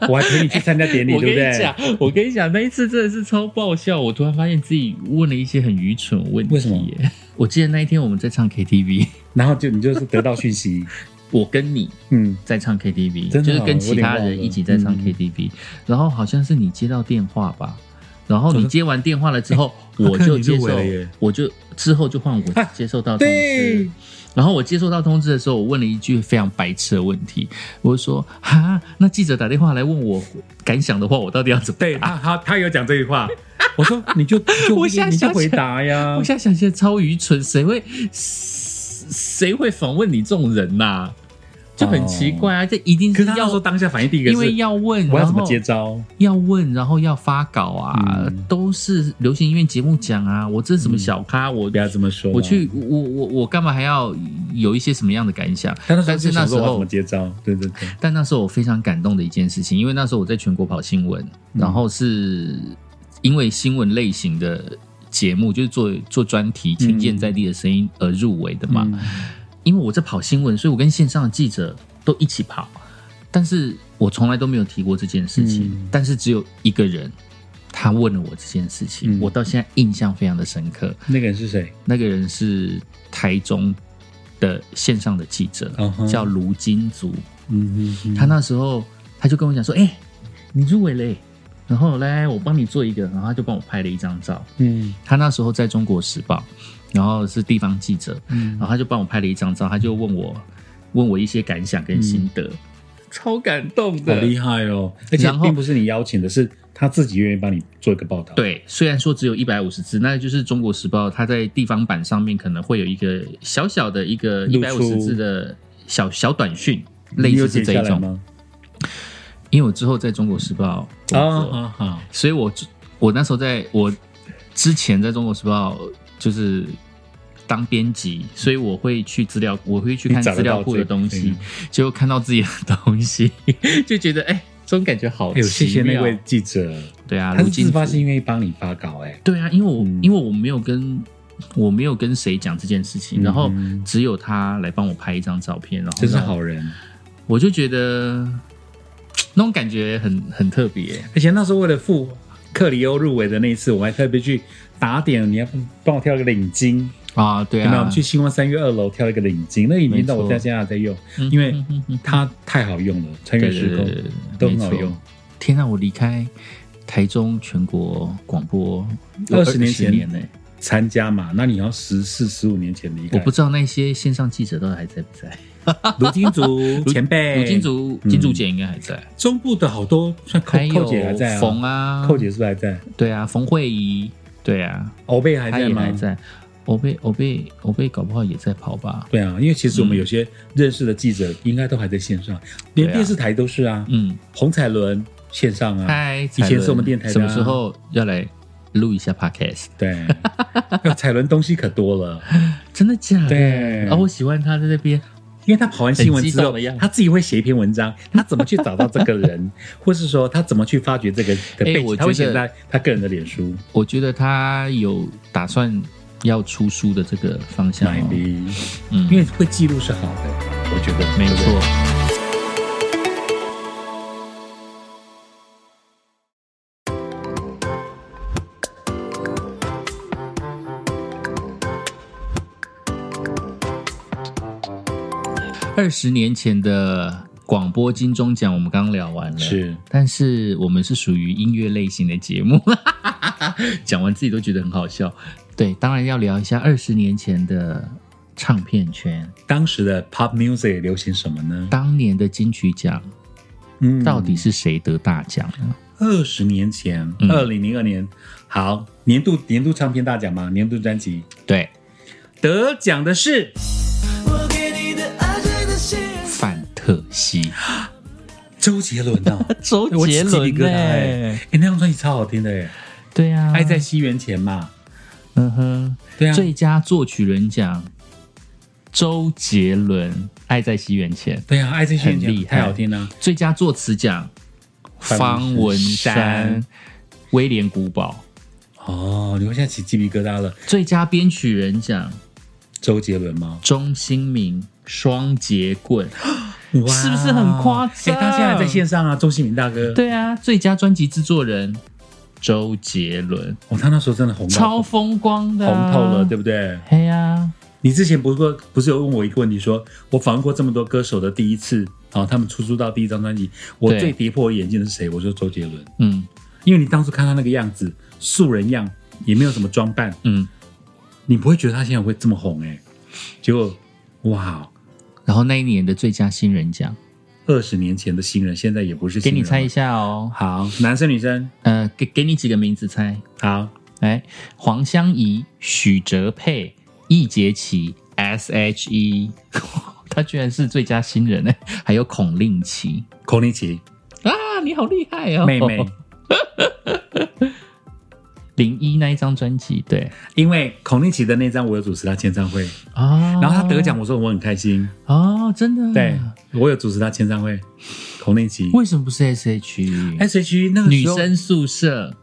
Speaker 1: 我还陪你去参加典礼，
Speaker 2: 我跟
Speaker 1: 对不对
Speaker 2: 你讲？，我跟你讲，那一次真的是超爆笑。我突然发现自己问了一些很愚蠢的问题。
Speaker 1: 为什么？
Speaker 2: 我记得那一天我们在唱 KTV，
Speaker 1: 然后就你就是得到讯息，
Speaker 2: 我跟你
Speaker 1: 嗯，
Speaker 2: 在唱 KTV，、
Speaker 1: 真的哦
Speaker 2: 就是跟其他人一起在唱
Speaker 1: 我有点
Speaker 2: KTV，、然后好像是你接到电话吧，然后你接完电话了之 后，
Speaker 1: 哎
Speaker 2: 我就
Speaker 1: 他看你入
Speaker 2: 接受
Speaker 1: 围了耶，
Speaker 2: 我就之后就换我
Speaker 1: 啊
Speaker 2: 接受到通知。
Speaker 1: 对，
Speaker 2: 然后我接收到通知的时候，我问了一句非常白痴的问题，我就说：“哈，那记者打电话来问我感想的话，我到底要怎么
Speaker 1: 对啊他他他有讲这句话，我说你就你就
Speaker 2: 我现在
Speaker 1: 你就
Speaker 2: 想起
Speaker 1: 回
Speaker 2: 来
Speaker 1: 答呀
Speaker 2: 我，现在想起来超愚蠢，谁会谁谁会访问你这种人呐、就很奇怪啊！这一定
Speaker 1: 哦可是他那
Speaker 2: 要
Speaker 1: 时候当下反应第一个
Speaker 2: 因为
Speaker 1: 是
Speaker 2: 要问，
Speaker 1: 我要
Speaker 2: 然
Speaker 1: 怎么
Speaker 2: 后
Speaker 1: 接招，
Speaker 2: 要问，然后要发稿啊，
Speaker 1: 嗯
Speaker 2: 都是流行音乐节目讲啊。我这是什么小咖，我
Speaker 1: 不要这么说，啊
Speaker 2: 我去我我我干嘛还要有一些什么样的感想？
Speaker 1: 他那时候
Speaker 2: 但
Speaker 1: 就是想
Speaker 2: 那时
Speaker 1: 说我要怎
Speaker 2: 候
Speaker 1: 么接招，对对对，
Speaker 2: 但那时候我非常感动的一件事情，因为那时候我在全国跑新闻，
Speaker 1: 嗯
Speaker 2: 然后是因为新闻类型的节目，就是做做专题“听见在地的声音”而入围的嘛。
Speaker 1: 嗯
Speaker 2: 因为我在跑新闻，所以我跟线上的记者都一起跑，但是我从来都没有提过这件事情。
Speaker 1: 嗯
Speaker 2: 但是只有一个人，他问了我这件事情，
Speaker 1: 嗯
Speaker 2: 我到现在印象非常的深刻。
Speaker 1: 那个人是谁？
Speaker 2: 那个人是台中的线上的记者
Speaker 1: 嗯哼
Speaker 2: 叫卢金竹。
Speaker 1: 嗯嗯，
Speaker 2: 他那时候他就跟我讲说：“哎、你入围嘞、然后来我帮你做一个，然后他就帮我拍了一张照。
Speaker 1: 嗯
Speaker 2: 他那时候在中国时报，然后是地方记者，
Speaker 1: 嗯
Speaker 2: 然后他就帮我拍了一张照，他就问我问我一些感想跟心得，嗯超感动
Speaker 1: 好
Speaker 2: 的。
Speaker 1: 厉害哦！而且
Speaker 2: 然后
Speaker 1: 并不是你邀请的，是他自己愿意帮你做一个报道。，
Speaker 2: 对，虽然说只有一百五十字，那就是《中国时报》它在地方版上面可能会有一个小小的一个一
Speaker 1: 露
Speaker 2: 百五
Speaker 1: 出
Speaker 2: 十字的小小短讯，类
Speaker 1: 你有
Speaker 2: 似是
Speaker 1: 写
Speaker 2: 这
Speaker 1: 下
Speaker 2: 一
Speaker 1: 来
Speaker 2: 种。
Speaker 1: 吗？
Speaker 2: 因为我之后在《中国时报》工作，
Speaker 1: 哦好，
Speaker 2: 所以我之我那时候在我之前在中国时报就是当编辑，所以我会去资料，我会去看
Speaker 1: 你找得
Speaker 2: 资料
Speaker 1: 到
Speaker 2: 库
Speaker 1: 这
Speaker 2: 的
Speaker 1: 个
Speaker 2: 东西，就看到自己的东西， 就觉得哎、这种感觉好
Speaker 1: 哎呦，谢
Speaker 2: 奇
Speaker 1: 谢
Speaker 2: 妙。
Speaker 1: 那位记者，
Speaker 2: 对啊，
Speaker 1: 他
Speaker 2: 卢
Speaker 1: 是
Speaker 2: 金
Speaker 1: 自发
Speaker 2: 福
Speaker 1: 性愿意帮你发稿，哎，
Speaker 2: 对啊，因为我、
Speaker 1: 嗯
Speaker 2: 因为我没有跟我没有跟谁讲这件事情，然后
Speaker 1: 嗯
Speaker 2: 只有他来帮我拍一张照片，然后
Speaker 1: 真是
Speaker 2: 让我
Speaker 1: 好，人。
Speaker 2: 我就觉得那种感觉很很特别。
Speaker 1: 而且那时候为了赴克里欧入围的那一次，我还特别去打点，你要帮我挑个领巾，
Speaker 2: 啊，对
Speaker 1: 有没有？我
Speaker 2: 啊
Speaker 1: 们，去星光三月二楼挑了一个领巾，那个领巾到
Speaker 2: 没
Speaker 1: 我
Speaker 2: 错
Speaker 1: 到现在还在用，
Speaker 2: 嗯
Speaker 1: 因为
Speaker 2: 嗯嗯嗯
Speaker 1: 它太好用了，穿越时空
Speaker 2: 对对对
Speaker 1: 都很好。
Speaker 2: 没
Speaker 1: 用
Speaker 2: 错。天啊，我离开台中全国广播
Speaker 1: 20年前
Speaker 2: 前呢、
Speaker 1: 参加嘛，那你要十四、十五年前离开。
Speaker 2: 我不知道那些线上记者到底还在不在。
Speaker 1: 卢金竹前辈，
Speaker 2: 卢金竹、
Speaker 1: 嗯
Speaker 2: 金竹姐应该还在，
Speaker 1: 中部的好多，像寇
Speaker 2: 还有
Speaker 1: 寇嗯姐还在
Speaker 2: 冯
Speaker 1: 啊，
Speaker 2: 啊，
Speaker 1: 寇姐是不是还在？
Speaker 2: 对啊，冯慧仪，对啊，
Speaker 1: 欧贝还
Speaker 2: 她
Speaker 1: 在
Speaker 2: 也
Speaker 1: 吗
Speaker 2: 还？在。欧贝欧贝欧贝搞不好也在跑吧？
Speaker 1: 对啊，因为其实我们有些认识的记者应该都还在线上，连
Speaker 2: 嗯对啊
Speaker 1: 电视台都是啊。
Speaker 2: 嗯，
Speaker 1: 洪彩伦线上啊，
Speaker 2: 嗨，以
Speaker 1: 前是我们电台的啊
Speaker 2: 什么时候要来录一下 podcast？
Speaker 1: 对， 那彩伦东西可多了，
Speaker 2: 真的假的？
Speaker 1: 对
Speaker 2: 啊，我喜欢他在那边
Speaker 1: 因为他跑完新闻
Speaker 2: 很激
Speaker 1: 之
Speaker 2: 动
Speaker 1: 后
Speaker 2: 的样，子
Speaker 1: 他自己会写一篇文章，他怎么去找到这个 人，或是说他怎么去发掘这个的背
Speaker 2: 哎
Speaker 1: 景，
Speaker 2: 我
Speaker 1: 他会
Speaker 2: 觉
Speaker 1: 写
Speaker 2: 得哦
Speaker 1: 在他个人的脸书
Speaker 2: 我觉得他有打算要出书的这个方向、
Speaker 1: 哪
Speaker 2: 哦，
Speaker 1: 里，
Speaker 2: 嗯，
Speaker 1: 因为会记录是好的，我觉得
Speaker 2: 没
Speaker 1: 对不对
Speaker 2: 错。二十年前的广播金钟奖，我们刚聊完了，
Speaker 1: 是。
Speaker 2: 但是我们是属于音乐类型的节目， 讲完自己都觉得很好笑。对，当然要聊一下二十年前的唱片圈，
Speaker 1: 当时的 pop music 流行什么呢？
Speaker 2: 当年的金曲奖
Speaker 1: 嗯
Speaker 2: 到底是谁得大奖呢？
Speaker 1: 二十年前，
Speaker 2: 嗯
Speaker 1: 二零零二年，好，年度年度唱片大奖嘛，年度专辑
Speaker 2: 对，
Speaker 1: 得奖的是啊
Speaker 3: 我给你的爱真的 心。
Speaker 2: 范特西，
Speaker 1: 周杰伦哦，
Speaker 2: 周
Speaker 1: 我起
Speaker 2: 杰
Speaker 1: 鸡皮
Speaker 2: 伦
Speaker 1: 疙瘩哎
Speaker 2: 哎，
Speaker 1: 哎，那张专辑超好听的哎，
Speaker 2: 对啊，
Speaker 1: 《爱在西元前》嘛，
Speaker 2: 嗯哼，
Speaker 1: 对啊，
Speaker 2: 最佳作曲人奖，周杰伦《爱在西元前》，
Speaker 1: 对啊，《爱在西元前
Speaker 2: 很》厉害
Speaker 1: 太好听了，
Speaker 2: 最佳作词奖，
Speaker 1: 方
Speaker 2: 方
Speaker 1: 文
Speaker 2: 文
Speaker 1: 山
Speaker 2: 山、威廉古堡，
Speaker 1: 哦，你会现在起鸡皮疙瘩了，
Speaker 2: 最佳编曲人奖，
Speaker 1: 周杰伦吗？
Speaker 2: 钟兴民、双节 棍。
Speaker 1: 哇
Speaker 2: 是不是很夸张
Speaker 1: 哎他现在还在线上啊，钟兴民大哥，，
Speaker 2: 对啊，最佳专辑制作人周杰伦，
Speaker 1: 哦，他那时候真的红到
Speaker 2: 超风光的、
Speaker 1: 红
Speaker 2: 啊
Speaker 1: 透了，对。不对？
Speaker 2: 嘿呀、
Speaker 1: 你之前不过不是有问我一个问题说，我访问过这么多歌手的第一次啊、哦，他们出出道第一张专辑，我
Speaker 2: 对
Speaker 1: 最跌破我眼镜的是谁？我说周杰伦，
Speaker 2: 嗯
Speaker 1: 因为你当初看他那个样子，素人样，也没有什么装扮，
Speaker 2: 嗯。
Speaker 1: 你不会觉得他现在会这么红哎、结果哇，
Speaker 2: 然后那一年的最佳新人奖，
Speaker 1: 二十年前的新人，现在也不是
Speaker 2: 给
Speaker 1: 新人
Speaker 2: 你猜一
Speaker 1: 下，
Speaker 2: 下哦。
Speaker 1: 好，男生女生，
Speaker 2: 呃，给给你几个名字猜，
Speaker 1: 好，
Speaker 2: 来，黄湘怡、许哲佩、易杰奇、S.H.E，他居然是最佳新人呢，还有孔令奇
Speaker 1: 孔令奇，
Speaker 2: 啊，你好厉害哦，
Speaker 1: 妹妹，
Speaker 2: 零一那一张专辑，对
Speaker 1: 因为孔令奇的那张我有主持他签唱会，
Speaker 2: 啊，
Speaker 1: 然后他得奖，我说我很开心，
Speaker 2: 哦，真的，
Speaker 1: 对我有主持他签唱会，孔令奇。
Speaker 2: 为什么不是 S.H.E？
Speaker 1: S H E 那个
Speaker 2: 女
Speaker 1: 时候
Speaker 2: 生宿舍，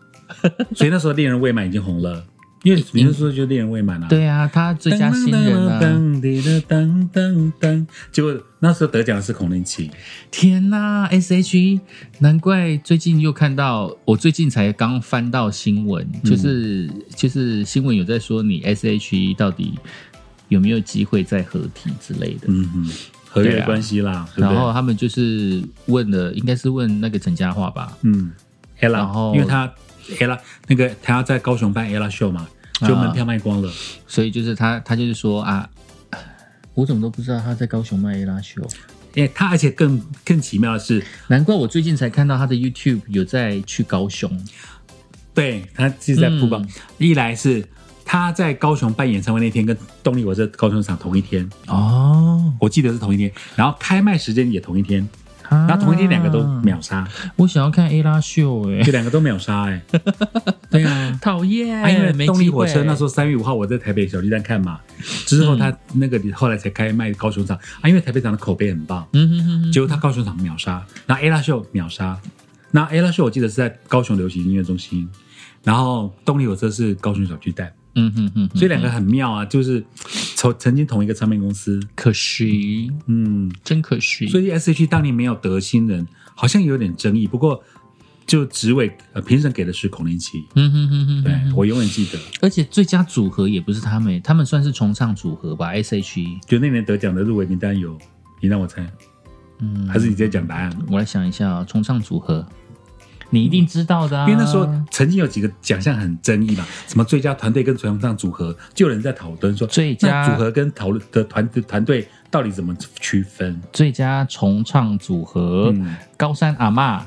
Speaker 1: 所以那时候恋人未满已经红 了，因为你那时候就恋人未满啊。，
Speaker 2: 对啊，她最佳新人啊！
Speaker 1: 噔噔噔噔噔，结果那时候得奖的是孔令奇，
Speaker 2: 天呐 s h e 难怪最近又看到，我最近才刚翻到新闻，
Speaker 1: 嗯
Speaker 2: 就是、就是新闻有在说你 S.H.E 到底有没有机会再合体之类的。
Speaker 1: 嗯哼，合约
Speaker 2: 对啊
Speaker 1: 关系啦，对不
Speaker 2: 然
Speaker 1: 对
Speaker 2: 后他们就是问了，应该是问那个陈嘉桦吧？
Speaker 1: 嗯，ella，
Speaker 2: 然后
Speaker 1: 因为他 ella 那个他要在高雄办 ella show 嘛，就门
Speaker 2: 啊
Speaker 1: 票卖光了，
Speaker 2: 所以就是他，他就是说啊，我怎么都不知道他在高雄卖 A 拉秀，
Speaker 1: 哎，他而且更更奇妙的是，
Speaker 2: 难怪我最近才看到他的 YouTube 有在去高雄。
Speaker 1: 对他自己在曝光
Speaker 2: 嗯，
Speaker 1: 一来是。他在高雄办演唱会那天，跟动力火车高雄场同一天，
Speaker 2: 哦，
Speaker 1: 我记得是同一天，然后开卖时间也同一天，
Speaker 2: 然
Speaker 1: 然后同一天两个都秒杀，
Speaker 2: 啊我想要看 A 拉秀、欸，
Speaker 1: 这啊两个都秒杀 哎、对啊，
Speaker 2: 讨厌、
Speaker 1: 啊因为
Speaker 2: 没
Speaker 1: 动力火
Speaker 2: 机
Speaker 1: 车
Speaker 2: 会
Speaker 1: 那时候三月五号我在台北小巨蛋看嘛，之后他那个后来才开卖高雄场啊，因为台北场的口碑很棒，
Speaker 2: 嗯哼哼哼，
Speaker 1: 结果他高雄场秒杀，然后 ella 秀秒杀，那 ella 秀我记得是在高雄流行音乐中心，然后动力火车是高雄小巨蛋，
Speaker 2: 嗯哼哼哼，
Speaker 1: 所以两个很妙啊，就是从曾经同一个唱片公司，
Speaker 2: 可惜，
Speaker 1: 嗯，
Speaker 2: 真可惜。
Speaker 1: 所以 S.H.E 当年没有得新人，好像有点争议，不过就执委呃评审给的是孔令奇。
Speaker 2: 嗯哼哼哼
Speaker 1: 对
Speaker 2: 哼哼，
Speaker 1: 我永远记得，
Speaker 2: 而且最佳组合也不是他们，他们算是重唱组合吧，S.H.E。E
Speaker 1: 就那年得奖的入围名单有，你让我猜，
Speaker 2: 嗯，
Speaker 1: 还是你直接讲答案？
Speaker 2: 我来想一下啊、重唱组合，你一定知道的、啊，
Speaker 1: 因为那时候曾经有几个奖项很争议嘛，什么最佳团队跟传唱组合，就有人在讨论说，
Speaker 2: 最
Speaker 1: 那
Speaker 2: 佳
Speaker 1: 组合跟讨论的团团队到底怎么区分？
Speaker 2: 最佳重唱组合，
Speaker 1: 嗯
Speaker 2: 高山阿嬷、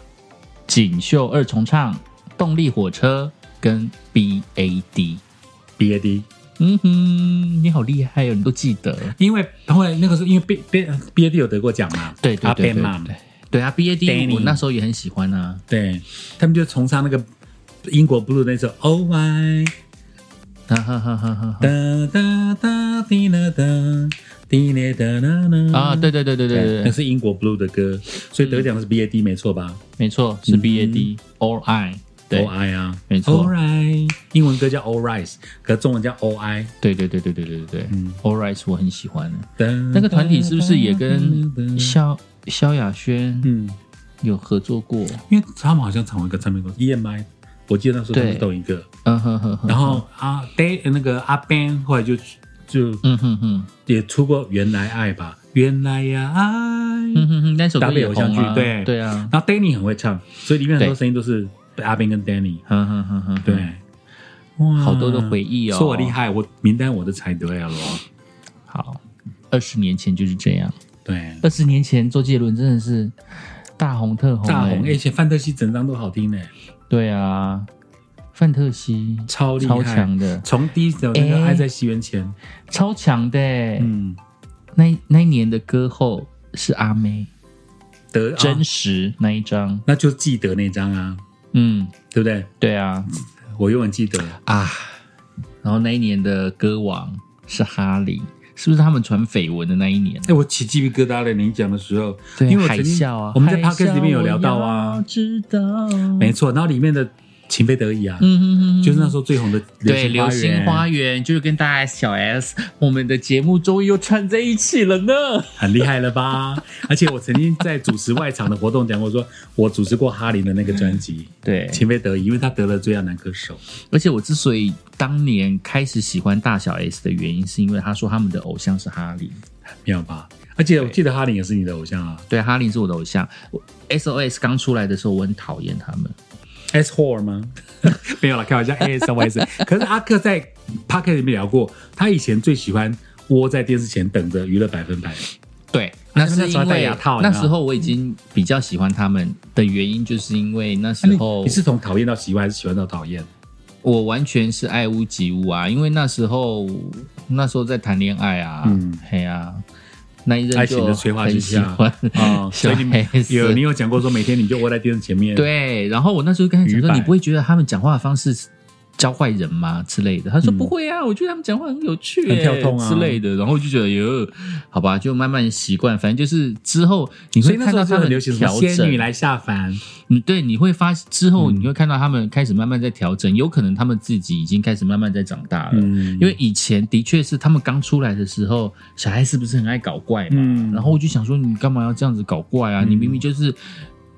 Speaker 2: 锦绣二重唱、动力火车跟 BAD。
Speaker 1: ？BAD，
Speaker 2: 嗯哼，你好厉害哦，你都记得。
Speaker 1: 因为后来那个时候因为 B B BAD 有得过奖嘛，
Speaker 2: 对对
Speaker 1: 阿
Speaker 2: 对
Speaker 1: Ben
Speaker 2: 对
Speaker 1: 嘛，
Speaker 2: 对，对啊，BAD
Speaker 1: Danny
Speaker 2: 我那时候也很喜欢啊。
Speaker 1: 对他们就重唱那个英国 blue 那首 Oh My。
Speaker 2: 哈啊哈哈哈哈
Speaker 1: 哒哒哒滴啦哒滴啦哒啦啦
Speaker 2: 哈！啊，对对对对对嗯对
Speaker 1: 那
Speaker 2: 对，
Speaker 1: 是英国 blue 的歌，所以得奖的是 BAD 没错吧
Speaker 2: 没错，是 BAD All I。对
Speaker 1: ？O 嗯 I 啊，
Speaker 2: 没错
Speaker 1: o I，英文歌叫 All Rise，可中文叫 O I。
Speaker 2: 对对对对对对对对
Speaker 1: 嗯
Speaker 2: ，All Right 我很喜欢。
Speaker 1: 那
Speaker 2: 那个团体是不是也跟萧萧亚轩
Speaker 1: 嗯，
Speaker 2: 有合作过？
Speaker 1: 因为他们好像唱一个唱片公司 EMI，我记得那时候他们
Speaker 2: 对
Speaker 1: 都有一个，
Speaker 2: 嗯哼哼哼，
Speaker 1: 然后啊 d 那个阿 Ben 后来就就
Speaker 2: 嗯哼哼，
Speaker 1: 也出过《原来爱》吧，《原来呀爱》，
Speaker 2: 嗯哼哼，那首歌
Speaker 1: 搭配
Speaker 2: 也
Speaker 1: 偶
Speaker 2: 红
Speaker 1: 像剧
Speaker 2: 啊，
Speaker 1: 对
Speaker 2: 对啊，
Speaker 1: 然后 Danny 很会唱，所以里面很多
Speaker 2: 对
Speaker 1: 声音都是阿 Ben 跟 Danny。
Speaker 2: 哼嗯哼哼哼，
Speaker 1: 对，，哇
Speaker 2: 嗯好多的回忆哦，
Speaker 1: 说我厉，害，我名单我都猜对了。
Speaker 2: 好，二十年前就是这样，
Speaker 1: 对，
Speaker 2: 二十年前周杰伦真的是大红特红、
Speaker 1: 大红，
Speaker 2: 欸
Speaker 1: 而且范特西整张都好听呢、
Speaker 2: 对啊，范特西
Speaker 1: 超厉害
Speaker 2: 超强的，
Speaker 1: 从第一首那个《
Speaker 2: 哎
Speaker 1: 爱在西元前》
Speaker 2: 超强的、欸。
Speaker 1: 嗯，
Speaker 2: 那一那一年的歌后是阿妹，
Speaker 1: 得啊
Speaker 2: 真实那一张，
Speaker 1: 那就记得那张啊，
Speaker 2: 嗯，
Speaker 1: 对不对？
Speaker 2: 对啊
Speaker 1: 我永远记得。
Speaker 2: 啊。然后那一年的歌王是哈利，是不是他们传绯闻的那一年？啊
Speaker 1: 哎，我起鸡皮疙瘩了。您讲的时候，
Speaker 2: 对，
Speaker 1: 因为我
Speaker 2: 海
Speaker 1: 曾经
Speaker 2: 啸啊，
Speaker 1: 我们在
Speaker 2: 海啸
Speaker 1: podcast 里面有聊到啊
Speaker 2: 我要知道，
Speaker 1: 没错，然后里面的《情非得已》啊，
Speaker 2: 嗯嗯嗯，
Speaker 1: 就是那时候最红的《
Speaker 2: 对《流星花
Speaker 1: 园》，
Speaker 2: 园》就是跟大 S 小 S，我们的节目终于又串在一起了呢。
Speaker 1: 很厉害了吧？ 而且我曾经在主持外场的活动讲过说，我主持过哈林的那个专辑
Speaker 2: 对
Speaker 1: 《情非得已》，因为他得了最佳男歌手。
Speaker 2: 而且我之所以当年开始喜欢大小 S 的原因，是因为他说他们的偶像是哈林。
Speaker 1: 妙吧？而且我记得哈林也是你的偶像啊
Speaker 2: 对，哈林是我的偶像。我 SOS 刚出来的时候，我很讨厌他们。
Speaker 1: ，S Hor 吗？没有啦，开玩笑，S O S。可是阿克在 p o c k e t 里面聊过，他以前最喜欢窝在电视前等着娱乐百分百。
Speaker 2: 对，
Speaker 1: 那
Speaker 2: 那是
Speaker 1: 时候
Speaker 2: 因
Speaker 1: 戴
Speaker 2: 为
Speaker 1: 牙套你知道
Speaker 2: 那时候我已经比较喜欢他们的原因，就是因为那时
Speaker 1: 你
Speaker 2: 候
Speaker 1: 你是从讨厌到喜欢，还是喜欢到讨厌？
Speaker 2: 我完全是爱屋及乌啊，因为那时候那时候在谈恋爱啊，
Speaker 1: 嗯
Speaker 2: 嘿啊，那一
Speaker 1: 爱
Speaker 2: 阵
Speaker 1: 情
Speaker 2: 就
Speaker 1: 的催化之
Speaker 2: 很喜
Speaker 1: 下
Speaker 2: 欢
Speaker 1: 啊、所以你们
Speaker 2: 小 S
Speaker 1: 有你有讲过说，每天你就窝在电视前面。，
Speaker 2: 对，然后我那时候跟他讲
Speaker 1: 鱼
Speaker 2: 说，
Speaker 1: 摆
Speaker 2: 你不会觉得他们讲话的方式教坏人吗之类的？他说、
Speaker 1: 嗯
Speaker 2: 不会啊，我觉得他们讲话很有趣、
Speaker 1: 很跳动啊
Speaker 2: 之类的。然后我就觉得哟，好吧，就慢慢习惯。反正就是之后你
Speaker 1: 所以那
Speaker 2: 会看
Speaker 1: 时
Speaker 2: 到
Speaker 1: 候是
Speaker 2: 他
Speaker 1: 很
Speaker 2: 们
Speaker 1: 流行什么
Speaker 2: 调
Speaker 1: 仙女
Speaker 2: 整，
Speaker 1: 来下凡，
Speaker 2: 你对，你会发之后
Speaker 1: 嗯
Speaker 2: 你会看到他们开始慢慢在调整，有可能他们自己已经开始慢慢在长大了。
Speaker 1: 嗯，
Speaker 2: 呃因为以前的确是他们刚出来的时候，小孩是不是很爱搞怪嘛？
Speaker 1: 嗯
Speaker 2: 然后我就想说，你干嘛要这样子搞怪啊？
Speaker 1: 嗯
Speaker 2: 你明明就是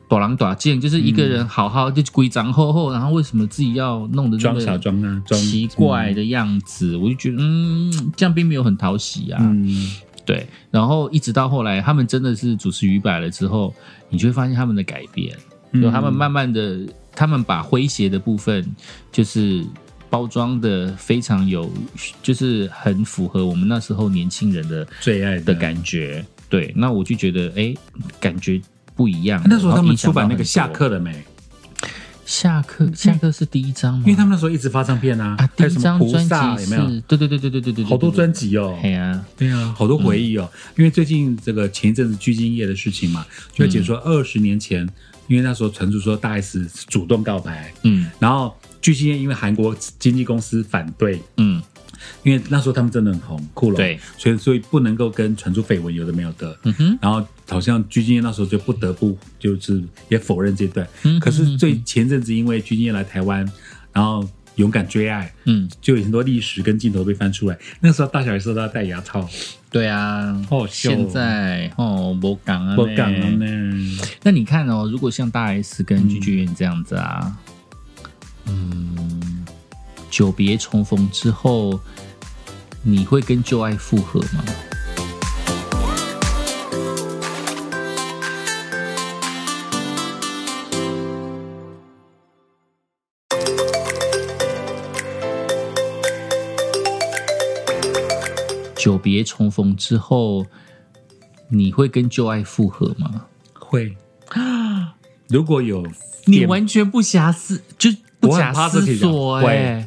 Speaker 2: 短狼短贱，就是一个人好好就规章厚厚，然后为什么自己要弄得那
Speaker 1: 装
Speaker 2: 么
Speaker 1: 傻装啊，装
Speaker 2: 奇怪的样子？我就觉得，嗯，这样并没有很讨喜啊。
Speaker 1: 嗯，
Speaker 2: 对，然后一直到后来，他们真的是主持鱼摆了之后，你就会发现他们的改变，
Speaker 1: 嗯
Speaker 2: 就他们慢慢的，他们把诙谐的部分就是包装的非常有，就是很符合我们那时候年轻人的
Speaker 1: 最爱的。
Speaker 2: 的感觉。对，那我就觉得，哎，感觉不一样。
Speaker 1: 那时候他
Speaker 2: 然后
Speaker 1: 们
Speaker 2: 影响
Speaker 1: 出版
Speaker 2: 到
Speaker 1: 那个
Speaker 2: 很
Speaker 1: 下
Speaker 2: 多
Speaker 1: 课了没？
Speaker 2: 下课，下课是第一张吗？
Speaker 1: 因为他们那时候一直发唱片啊，
Speaker 2: 啊，第
Speaker 1: 还有
Speaker 2: 一
Speaker 1: 什么
Speaker 2: 张
Speaker 1: 菩
Speaker 2: 专
Speaker 1: 萨
Speaker 2: 辑
Speaker 1: 有
Speaker 2: 是
Speaker 1: 没有？，
Speaker 2: 对对对对对对对对，
Speaker 1: 好多专辑哦。
Speaker 2: 对啊，
Speaker 1: 对啊，好多回忆哦。因为最近这个前一阵子鞠婧祎的事情嘛，就解
Speaker 2: 嗯
Speaker 1: 说二十年前，因为那时候传出说大 S 主动告白，
Speaker 2: 嗯
Speaker 1: 然后鞠婧祎因为韩国经纪公司反对，
Speaker 2: 嗯，
Speaker 1: 因为那时候他们真的很红，酷龙，
Speaker 2: 对，
Speaker 1: 所以所以不能够跟传出绯闻有的没有的。
Speaker 2: 嗯哼，
Speaker 1: 然后好像鞠婧祎那时候就不得不就是也否认这段，
Speaker 2: 嗯
Speaker 1: 可
Speaker 2: 嗯
Speaker 1: 是
Speaker 2: 嗯
Speaker 1: 最前阵子因为鞠婧祎来台湾，然后勇敢追爱，
Speaker 2: 嗯，
Speaker 1: 就有很多历史跟镜头被翻出来。那时候大小 S 都要戴牙套，
Speaker 2: 对啊，
Speaker 1: 好笑哦
Speaker 2: 现在哦，我港啊，
Speaker 1: 不敢了。呢。
Speaker 2: 那你看哦，如果像大 S 跟鞠婧祎这样子啊，嗯，久别重逢之后，你会跟旧爱复合吗？久别重逢之后，你会跟旧爱复合吗？嗯
Speaker 1: 会，如果有
Speaker 2: 你
Speaker 1: 点
Speaker 2: 完全不瑕思，就不假思索
Speaker 1: 我很怕这
Speaker 2: 哎、
Speaker 1: 题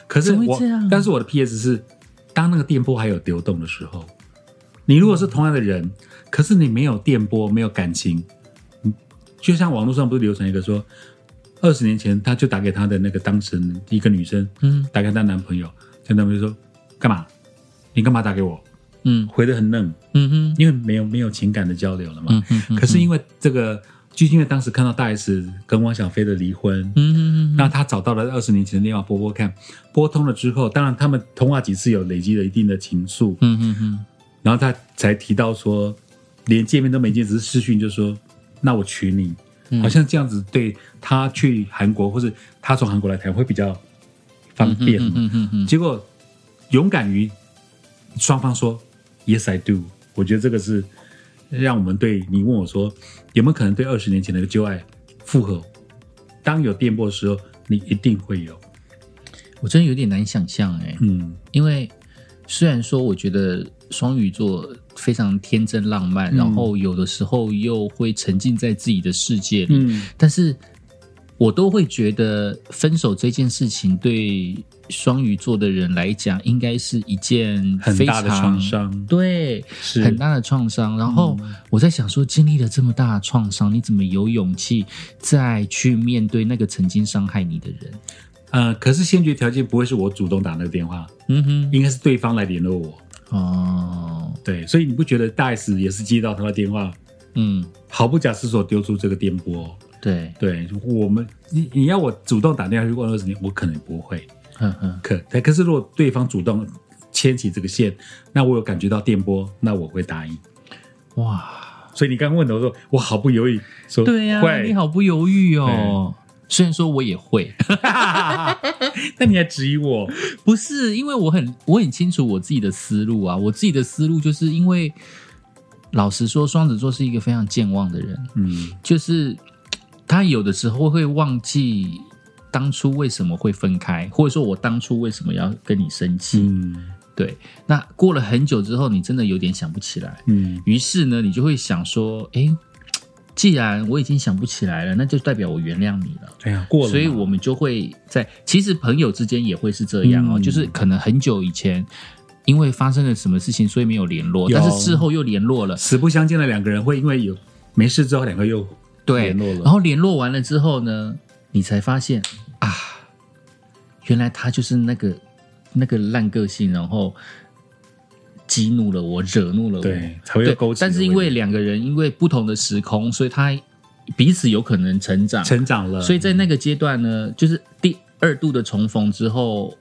Speaker 1: 啊可是
Speaker 2: 怎么会
Speaker 1: 我
Speaker 2: 这样，
Speaker 1: 但是我的 PS 是，当那个电波还有流动的时候，你如果是同样的人，可是你没有电波，没有感情，嗯就像网络上不是流传一个说，二十年前他就打给他的那个当事人一个女生，
Speaker 2: 嗯
Speaker 1: 打给她男朋友，她男朋友就说干嘛？你干嘛打给我？
Speaker 2: 嗯
Speaker 1: 回的很愣，
Speaker 2: 嗯哼，
Speaker 1: 因为没有没有情感的交流了嘛。
Speaker 2: 嗯哼嗯哼，
Speaker 1: 可是因为这个，就是因为当时看到大 S 跟汪小菲的离婚，
Speaker 2: 嗯哼嗯哼
Speaker 1: 那他找到了二十年前的电话拨拨看，拨通了之后，当然他们通话几次有累积了一定的情愫，
Speaker 2: 嗯哼嗯
Speaker 1: 然后他才提到说，连见面都没见，只是视讯就说，那我娶你，
Speaker 2: 嗯
Speaker 1: 好像这样子对他去韩国或是他从韩国来台湾会比较方
Speaker 2: 哼
Speaker 1: 便。
Speaker 2: 嗯哼嗯哼，
Speaker 1: 结果勇敢于双方说 Yes I do，我觉得这个是让我们对你问我说有没有可能对二十年前的旧爱复合？当有电波的时候，你一定会有。
Speaker 2: 我真的有点难想象哎、
Speaker 1: 嗯，
Speaker 2: 因为虽然说我觉得双鱼座非常天真浪漫，
Speaker 1: 嗯
Speaker 2: 然后有的时候又会沉浸在自己的世界里，
Speaker 1: 嗯
Speaker 2: 但是我都会觉得分手这件事情对双鱼座的人来讲，应该是一件
Speaker 1: 很
Speaker 2: 非
Speaker 1: 大
Speaker 2: 常
Speaker 1: 的创伤
Speaker 2: 对，
Speaker 1: 是
Speaker 2: 很大的创伤。然后我在想说，经历了这么大的创伤，你怎么有勇气再去面对那个曾经伤害你的人？
Speaker 1: 呃，可是先决条件不会是我主动打那个电话，
Speaker 2: 嗯哼，
Speaker 1: 应该是对方来联络我。
Speaker 2: 哦，
Speaker 1: 对，所以你不觉得大 S 也是接到他的电话，
Speaker 2: 嗯，
Speaker 1: 毫不假思索丢出这个电波？
Speaker 2: 对，
Speaker 1: 对我们，你你要我主动打电话去问二十年，我可能不会。
Speaker 2: 哼嗯哼，
Speaker 1: 可但可是如果对方主动牵起这个线，那我有感觉到电波，那我会答应。
Speaker 2: 哇，
Speaker 1: 所以你刚问我说，我毫不犹豫说，
Speaker 2: 对呀、
Speaker 1: 会
Speaker 2: 你，好不犹豫哦。虽然说我也会，
Speaker 1: 那你还质疑我？
Speaker 2: 不是因为我很我很清楚我自己的思路啊，我自己的思路就是因为，老实说，双子座是一个非常健忘的人，
Speaker 1: 嗯
Speaker 2: 就是嘖他有的时候会忘记当初为什么会分开，或者说我当初为什么要跟你生气。
Speaker 1: 嗯
Speaker 2: 对，那过了很久之后，你真的有点想不起来，
Speaker 1: 嗯
Speaker 2: 于是呢，你就会想说，哎、嘖既然我已经想不起来了，那就代表我原谅你了。
Speaker 1: 哎呀，过了嘛，
Speaker 2: 所以我们就会在，其实朋友之间也会是这样哦，
Speaker 1: 嗯
Speaker 2: 就是可能很久以前，因为发生了什么事情，所以没有联络，
Speaker 1: 有
Speaker 2: 但是事后又联络了，
Speaker 1: 死不相见的两个人会因为有没事之后，两个又
Speaker 2: 对，
Speaker 1: 联络了
Speaker 2: 然后联络完了之后呢，你才发现啊，原来他就是那个那个烂个性，然后激怒了我，惹怒了我，
Speaker 1: 对才会又勾起
Speaker 2: 但
Speaker 1: 了
Speaker 2: 是因
Speaker 1: 我
Speaker 2: 为两个人因为不同的时空，所以他彼此有可能成长，
Speaker 1: 成长了，
Speaker 2: 所以在那个阶段呢，就是第二度的重逢之后，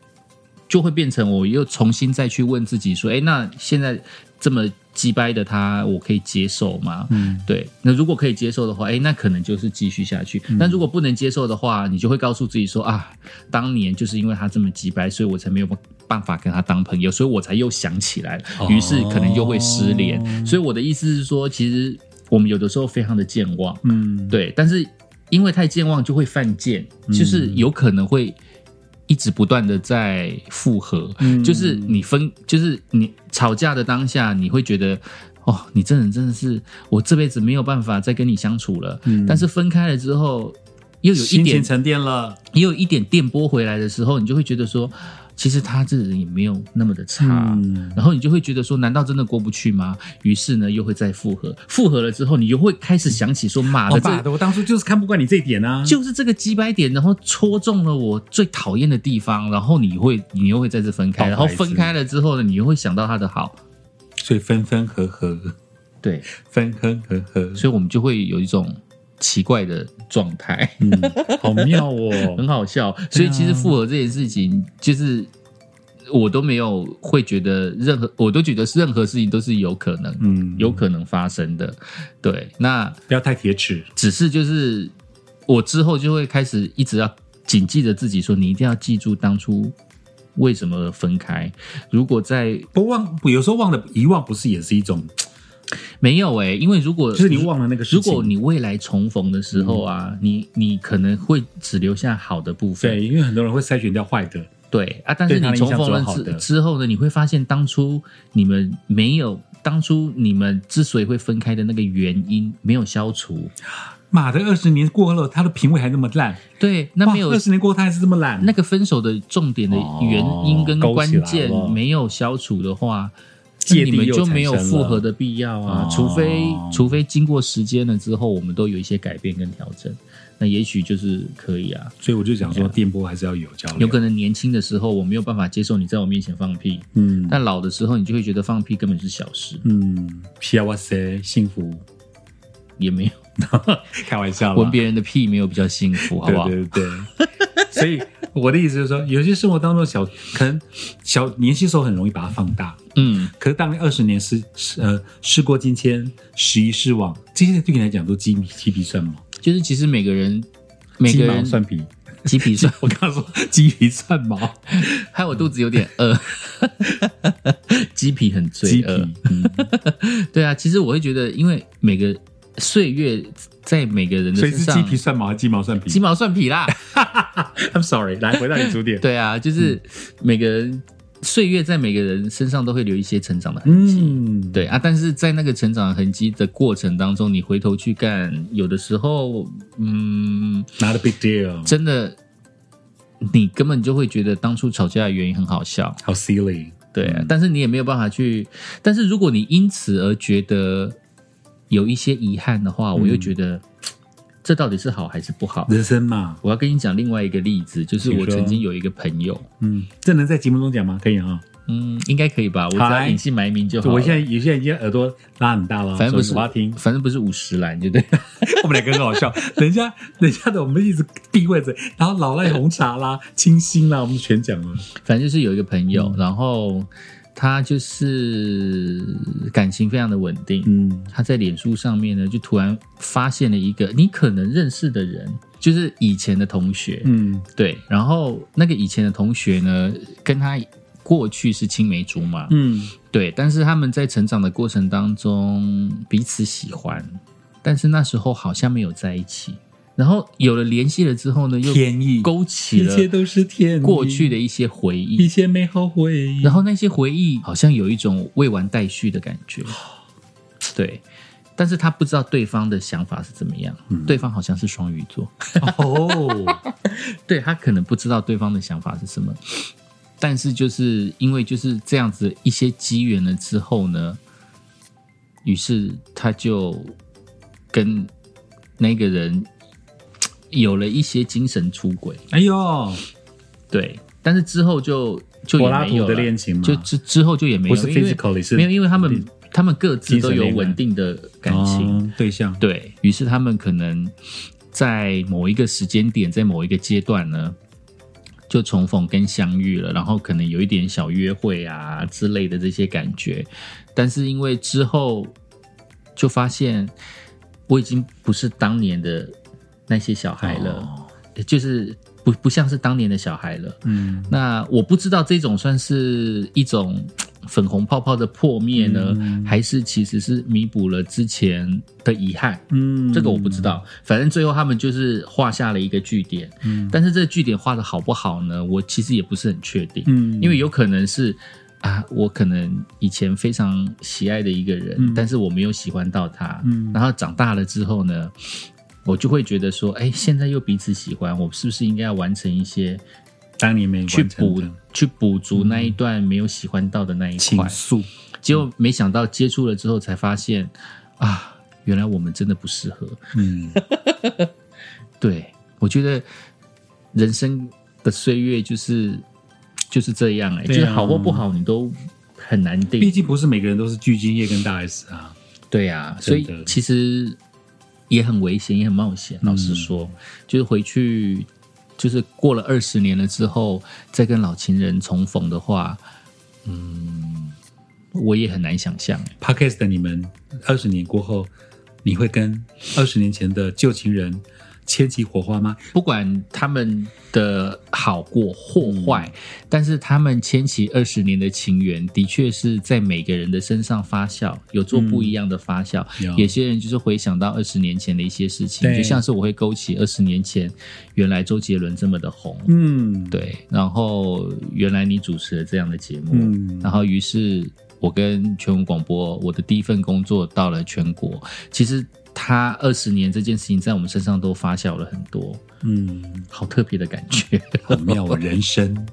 Speaker 2: 就会变成我又重新再去问自己说，哎，那现在这么鸡掰的他，我可以接受吗？
Speaker 1: 嗯
Speaker 2: 对，那如果可以接受的话，哎，那可能就是继续下去。那如果不能接受的话，你就会告诉自己说啊，当年就是因为他这么鸡掰，所以我才没有办法跟他当朋友，所以我才又想起来了，于是可能又会失联。
Speaker 1: 哦
Speaker 2: 所以我的意思是说，其实我们有的时候非常的健忘，
Speaker 1: 嗯，
Speaker 2: 对，但是因为太健忘就会犯贱，就是
Speaker 1: 嗯
Speaker 2: 有可能会一直不断的在复合，
Speaker 1: 嗯
Speaker 2: 就是你分，就是你吵架的当下，你会觉得。哦，你这人真的是我这辈子没有办法再跟你相处了。
Speaker 1: 嗯
Speaker 2: 但是分开了之后，又有一
Speaker 1: 心
Speaker 2: 点
Speaker 1: 情沉淀了，
Speaker 2: 也有一点电波回来的时候，你就会觉得说，其实他这人也没有那么的差。
Speaker 1: 嗯
Speaker 2: 然后你就会觉得说，难道真的过不去吗？于是呢，又会再复合。复合了之后，你又会开始想起说，妈的，
Speaker 1: 我
Speaker 2: 啊这
Speaker 1: 哦爸的，我当初就是看不惯你这一点啊，
Speaker 2: 就是这个几百点，然后戳中了我最讨厌的地方，然后你会你又会再次分开，
Speaker 1: 爆
Speaker 2: 然后
Speaker 1: 发一次
Speaker 2: 分开了之后呢，你又会想到他的好，
Speaker 1: 所以分分合合，
Speaker 2: 对，
Speaker 1: 分分合合，
Speaker 2: 所以我们就会有一种奇怪的状态，
Speaker 1: 嗯，好妙哦
Speaker 2: 很，好笑。所以其实复合这件事情，就是我都没有会觉得任何，我都觉得任何事情都是有可能，
Speaker 1: 嗯，
Speaker 2: 有可能发生的。对，那
Speaker 1: 不要太铁齿，
Speaker 2: 只是就是我之后就会开始一直要谨记着自己说，你一定要记住当初为什么而分开。如果在
Speaker 1: 不忘，有时候忘了遗忘，不是也是一种，
Speaker 2: 没有诶、因为如果
Speaker 1: 就是你忘了那个事
Speaker 2: 如
Speaker 1: 情，嗯
Speaker 2: 果你未来重逢的时候啊，你你可能会只留下好的部分，
Speaker 1: 对，因为很多人会筛选掉坏的，
Speaker 2: 对啊，但是
Speaker 1: 对他
Speaker 2: 你
Speaker 1: 的
Speaker 2: 重
Speaker 1: 印象
Speaker 2: 逢
Speaker 1: 只有
Speaker 2: 了
Speaker 1: 好
Speaker 2: 之
Speaker 1: 的
Speaker 2: 之后呢，你会发现当初你们没有，当初你们之所以会分开的那个原因没有消除，
Speaker 1: 妈的，二十年过了，他的品味还那么烂，
Speaker 2: 对，那没有
Speaker 1: 二十年过后他还是这么烂，
Speaker 2: 那个分手的重点的原
Speaker 1: 哦
Speaker 2: 因跟关键没有消除的话，那你们就没有复合的必要啊
Speaker 1: 哦。
Speaker 2: 除非除非经过时间了之后，我们都有一些改变跟调整，那也许就是可以啊。
Speaker 1: 所以我就想说，电波还是要有交流，
Speaker 2: 有可能年轻的时候我没有办法接受你在我面前放屁，
Speaker 1: 嗯
Speaker 2: 但老的时候你就会觉得放屁根本是小事，
Speaker 1: 嗯，皮亚哇塞，幸福，
Speaker 2: 也没有
Speaker 1: 开玩笑啦，
Speaker 2: 闻别人的屁没有比较幸福，好不好？
Speaker 1: 对对对。 所以我的意思就是说，有些生活当中的小，可能小年轻时候很容易把它放大，
Speaker 2: 嗯，
Speaker 1: 可是当你二十年是呃事过境迁，时移世往，这些对你来讲都鸡鸡皮蒜毛，
Speaker 2: 就是其实每个人每
Speaker 1: 鸡
Speaker 2: 个
Speaker 1: 毛
Speaker 2: 人
Speaker 1: 蒜皮。
Speaker 2: 鸡皮蒜
Speaker 1: 我刚刚说鸡皮蒜毛，
Speaker 2: 害我肚子有点饿，鸡皮很
Speaker 1: 鸡
Speaker 2: 罪
Speaker 1: 皮
Speaker 2: 恶。，对啊，其实我会觉得，因为每个岁月在每个人的
Speaker 1: 所以
Speaker 2: 身
Speaker 1: 是
Speaker 2: 上，
Speaker 1: 鸡皮蒜毛还是鸡毛蒜皮
Speaker 2: 鸡毛 蒜皮啦。
Speaker 1: ？I'm sorry，来回到你主点。
Speaker 2: 对啊，就是每个人岁月在每个人身上都会留一些成长的痕迹。
Speaker 1: 嗯，
Speaker 2: 对啊，但是在那个成长痕迹的过程当中，你回头去看，有的时候，嗯，
Speaker 1: ，not a big deal，
Speaker 2: 真的，你根本就会觉得当初吵架的原因很好笑，
Speaker 1: 好 silly，
Speaker 2: 对、
Speaker 1: 嗯
Speaker 2: 啊，但是你也没有办法去。但是如果你因此而觉得有一些遗憾的
Speaker 1: 嗯
Speaker 2: 话，我又觉得、这到底是好还是不好？
Speaker 1: 人生嘛，
Speaker 2: 我要跟你讲另外一个例子，就是
Speaker 1: 请
Speaker 2: 我
Speaker 1: 说
Speaker 2: 曾经有一个朋友，
Speaker 1: 嗯，这能在节目中讲吗？可以啊，
Speaker 2: 嗯，应该可以吧？我只
Speaker 1: 嗨
Speaker 2: 要隐姓埋名就好了。
Speaker 1: 我现在有些人已经耳朵拉很大了，
Speaker 2: 反正不是，
Speaker 1: 所以我要听
Speaker 2: 反正不是五十岚，就对 了。
Speaker 1: 我们两个很好笑， 人家人家的我们一直避讳着，然后老赖红茶 啦、清新啦，我们全讲了，
Speaker 2: 反正就是有一个朋友，
Speaker 1: 嗯
Speaker 2: 然后他就是感情非常的稳定。
Speaker 1: 嗯
Speaker 2: 他在脸书上面呢，就突然发现了一个你可能认识的人，就是以前的同学，
Speaker 1: 嗯
Speaker 2: 对。然后那个以前的同学呢，跟他过去是青梅竹马，
Speaker 1: 嗯，
Speaker 2: 对。但是他们在成长的过程当中彼此喜欢，但是那时候好像没有在一起。然后有了联系了之后呢，又
Speaker 1: 天意
Speaker 2: 勾起
Speaker 1: 一
Speaker 2: 了
Speaker 1: 切都是天意
Speaker 2: 过去的一些回忆，
Speaker 1: 一些美好回 忆，
Speaker 2: 然后那些回忆好像有一种未完待续的感 觉，对。但是他不知道对方的想法是怎么样，
Speaker 1: 嗯
Speaker 2: 对方好像是双鱼座，
Speaker 1: 哦，
Speaker 2: 对他可能不知道对方的想法是什么，但是就是因为就是这样子一些机缘了之后呢，于是他就跟那个人有了一些精神出轨，
Speaker 1: 哎呦，
Speaker 2: 对，但是之后就就也
Speaker 1: 柏拉
Speaker 2: 没有
Speaker 1: 图的
Speaker 2: 了
Speaker 1: 恋情嘛，
Speaker 2: 就之之后就也没有，
Speaker 1: 不是
Speaker 2: 因为
Speaker 1: physically，是
Speaker 2: 没有，因为他们他们各自
Speaker 1: 精
Speaker 2: 都
Speaker 1: 神
Speaker 2: 有
Speaker 1: 恋爱
Speaker 2: 稳定的感情，
Speaker 1: 哦对象，
Speaker 2: 对于是他们可能在某一个时间点，在某一个阶段呢，就重逢跟相遇了，然后可能有一点小约会啊之类的这些感觉，但是因为之后就发现我已经不是当年的那些小孩了，
Speaker 1: 哦
Speaker 2: 就是不不像是当年的小孩了。
Speaker 1: 嗯，
Speaker 2: 那我不知道这种算是一种粉红泡泡的破灭呢，还是其实是弥补了之前的遗憾？
Speaker 1: 嗯，
Speaker 2: 这个我不知道。反正最后他们就是画下了一个据点，
Speaker 1: 嗯
Speaker 2: 但是这个据点画的好不好呢？我其实也不是很确定，
Speaker 1: 嗯
Speaker 2: 因为有可能是。啊，我可能以前非常喜爱的一个人，
Speaker 1: 嗯
Speaker 2: 但是我没有喜欢到他。
Speaker 1: 嗯
Speaker 2: 然后长大了之后呢，我就会觉得说，哎，现在又彼此喜欢，我是不是应该要完成一些
Speaker 1: 当年没完
Speaker 2: 去
Speaker 1: 成
Speaker 2: 补
Speaker 1: 的嗯
Speaker 2: 去补足那一段没有喜欢到的那一
Speaker 1: 情
Speaker 2: 块，
Speaker 1: 愫，嗯
Speaker 2: 结果没想到接触了之后才发现啊，原来我们真的不适合。
Speaker 1: 嗯，
Speaker 2: 对我觉得人生的岁月就是就是这样哎、
Speaker 1: 对
Speaker 2: 就
Speaker 1: 啊
Speaker 2: 是好或不好你都很难
Speaker 1: 毕
Speaker 2: 定。
Speaker 1: 竟不是每个人都是巨金叶跟大 S 啊，
Speaker 2: 对啊，所
Speaker 1: 真的
Speaker 2: 以其实也很危险，也很冒险。
Speaker 1: 嗯
Speaker 2: 老实说，就是回去。就是过了二十年了之后，再跟老情人重逢的话，嗯，我也很难想象。
Speaker 1: Podcast 的你们，二十年过后，你会跟二十年前的旧情人牵起火花吗？
Speaker 2: 不管他们的好过或坏，
Speaker 1: 嗯
Speaker 2: 但是他们牵起二十年的情缘，的确是在每个人的身上发酵，有做不一样的发酵。
Speaker 1: 嗯有
Speaker 2: 有些人就是回想到二十年前的一些事情，
Speaker 1: 对
Speaker 2: 就像是我会勾起二十年前原来周杰伦这么的红。
Speaker 1: 嗯，，
Speaker 2: 对，然后原来你主持了这样的节目，
Speaker 1: 嗯
Speaker 2: 然后于是我跟全国广播，我的第一份工作到了全国，其实他二十年这件事情在我们身上都发酵了很多，
Speaker 1: 嗯，
Speaker 2: 好特别的感觉。
Speaker 1: 好妙哦，人生。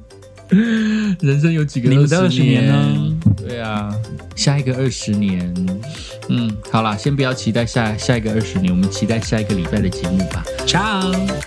Speaker 2: 人生有几个
Speaker 1: 你们的
Speaker 2: 二
Speaker 1: 20
Speaker 2: 十
Speaker 1: 年
Speaker 2: 年
Speaker 1: 呢？
Speaker 2: 对啊，下一个二十年，嗯，好啦，先不要期待下下一个二十年，我们期待下一个礼拜的节目吧。
Speaker 1: Ciao。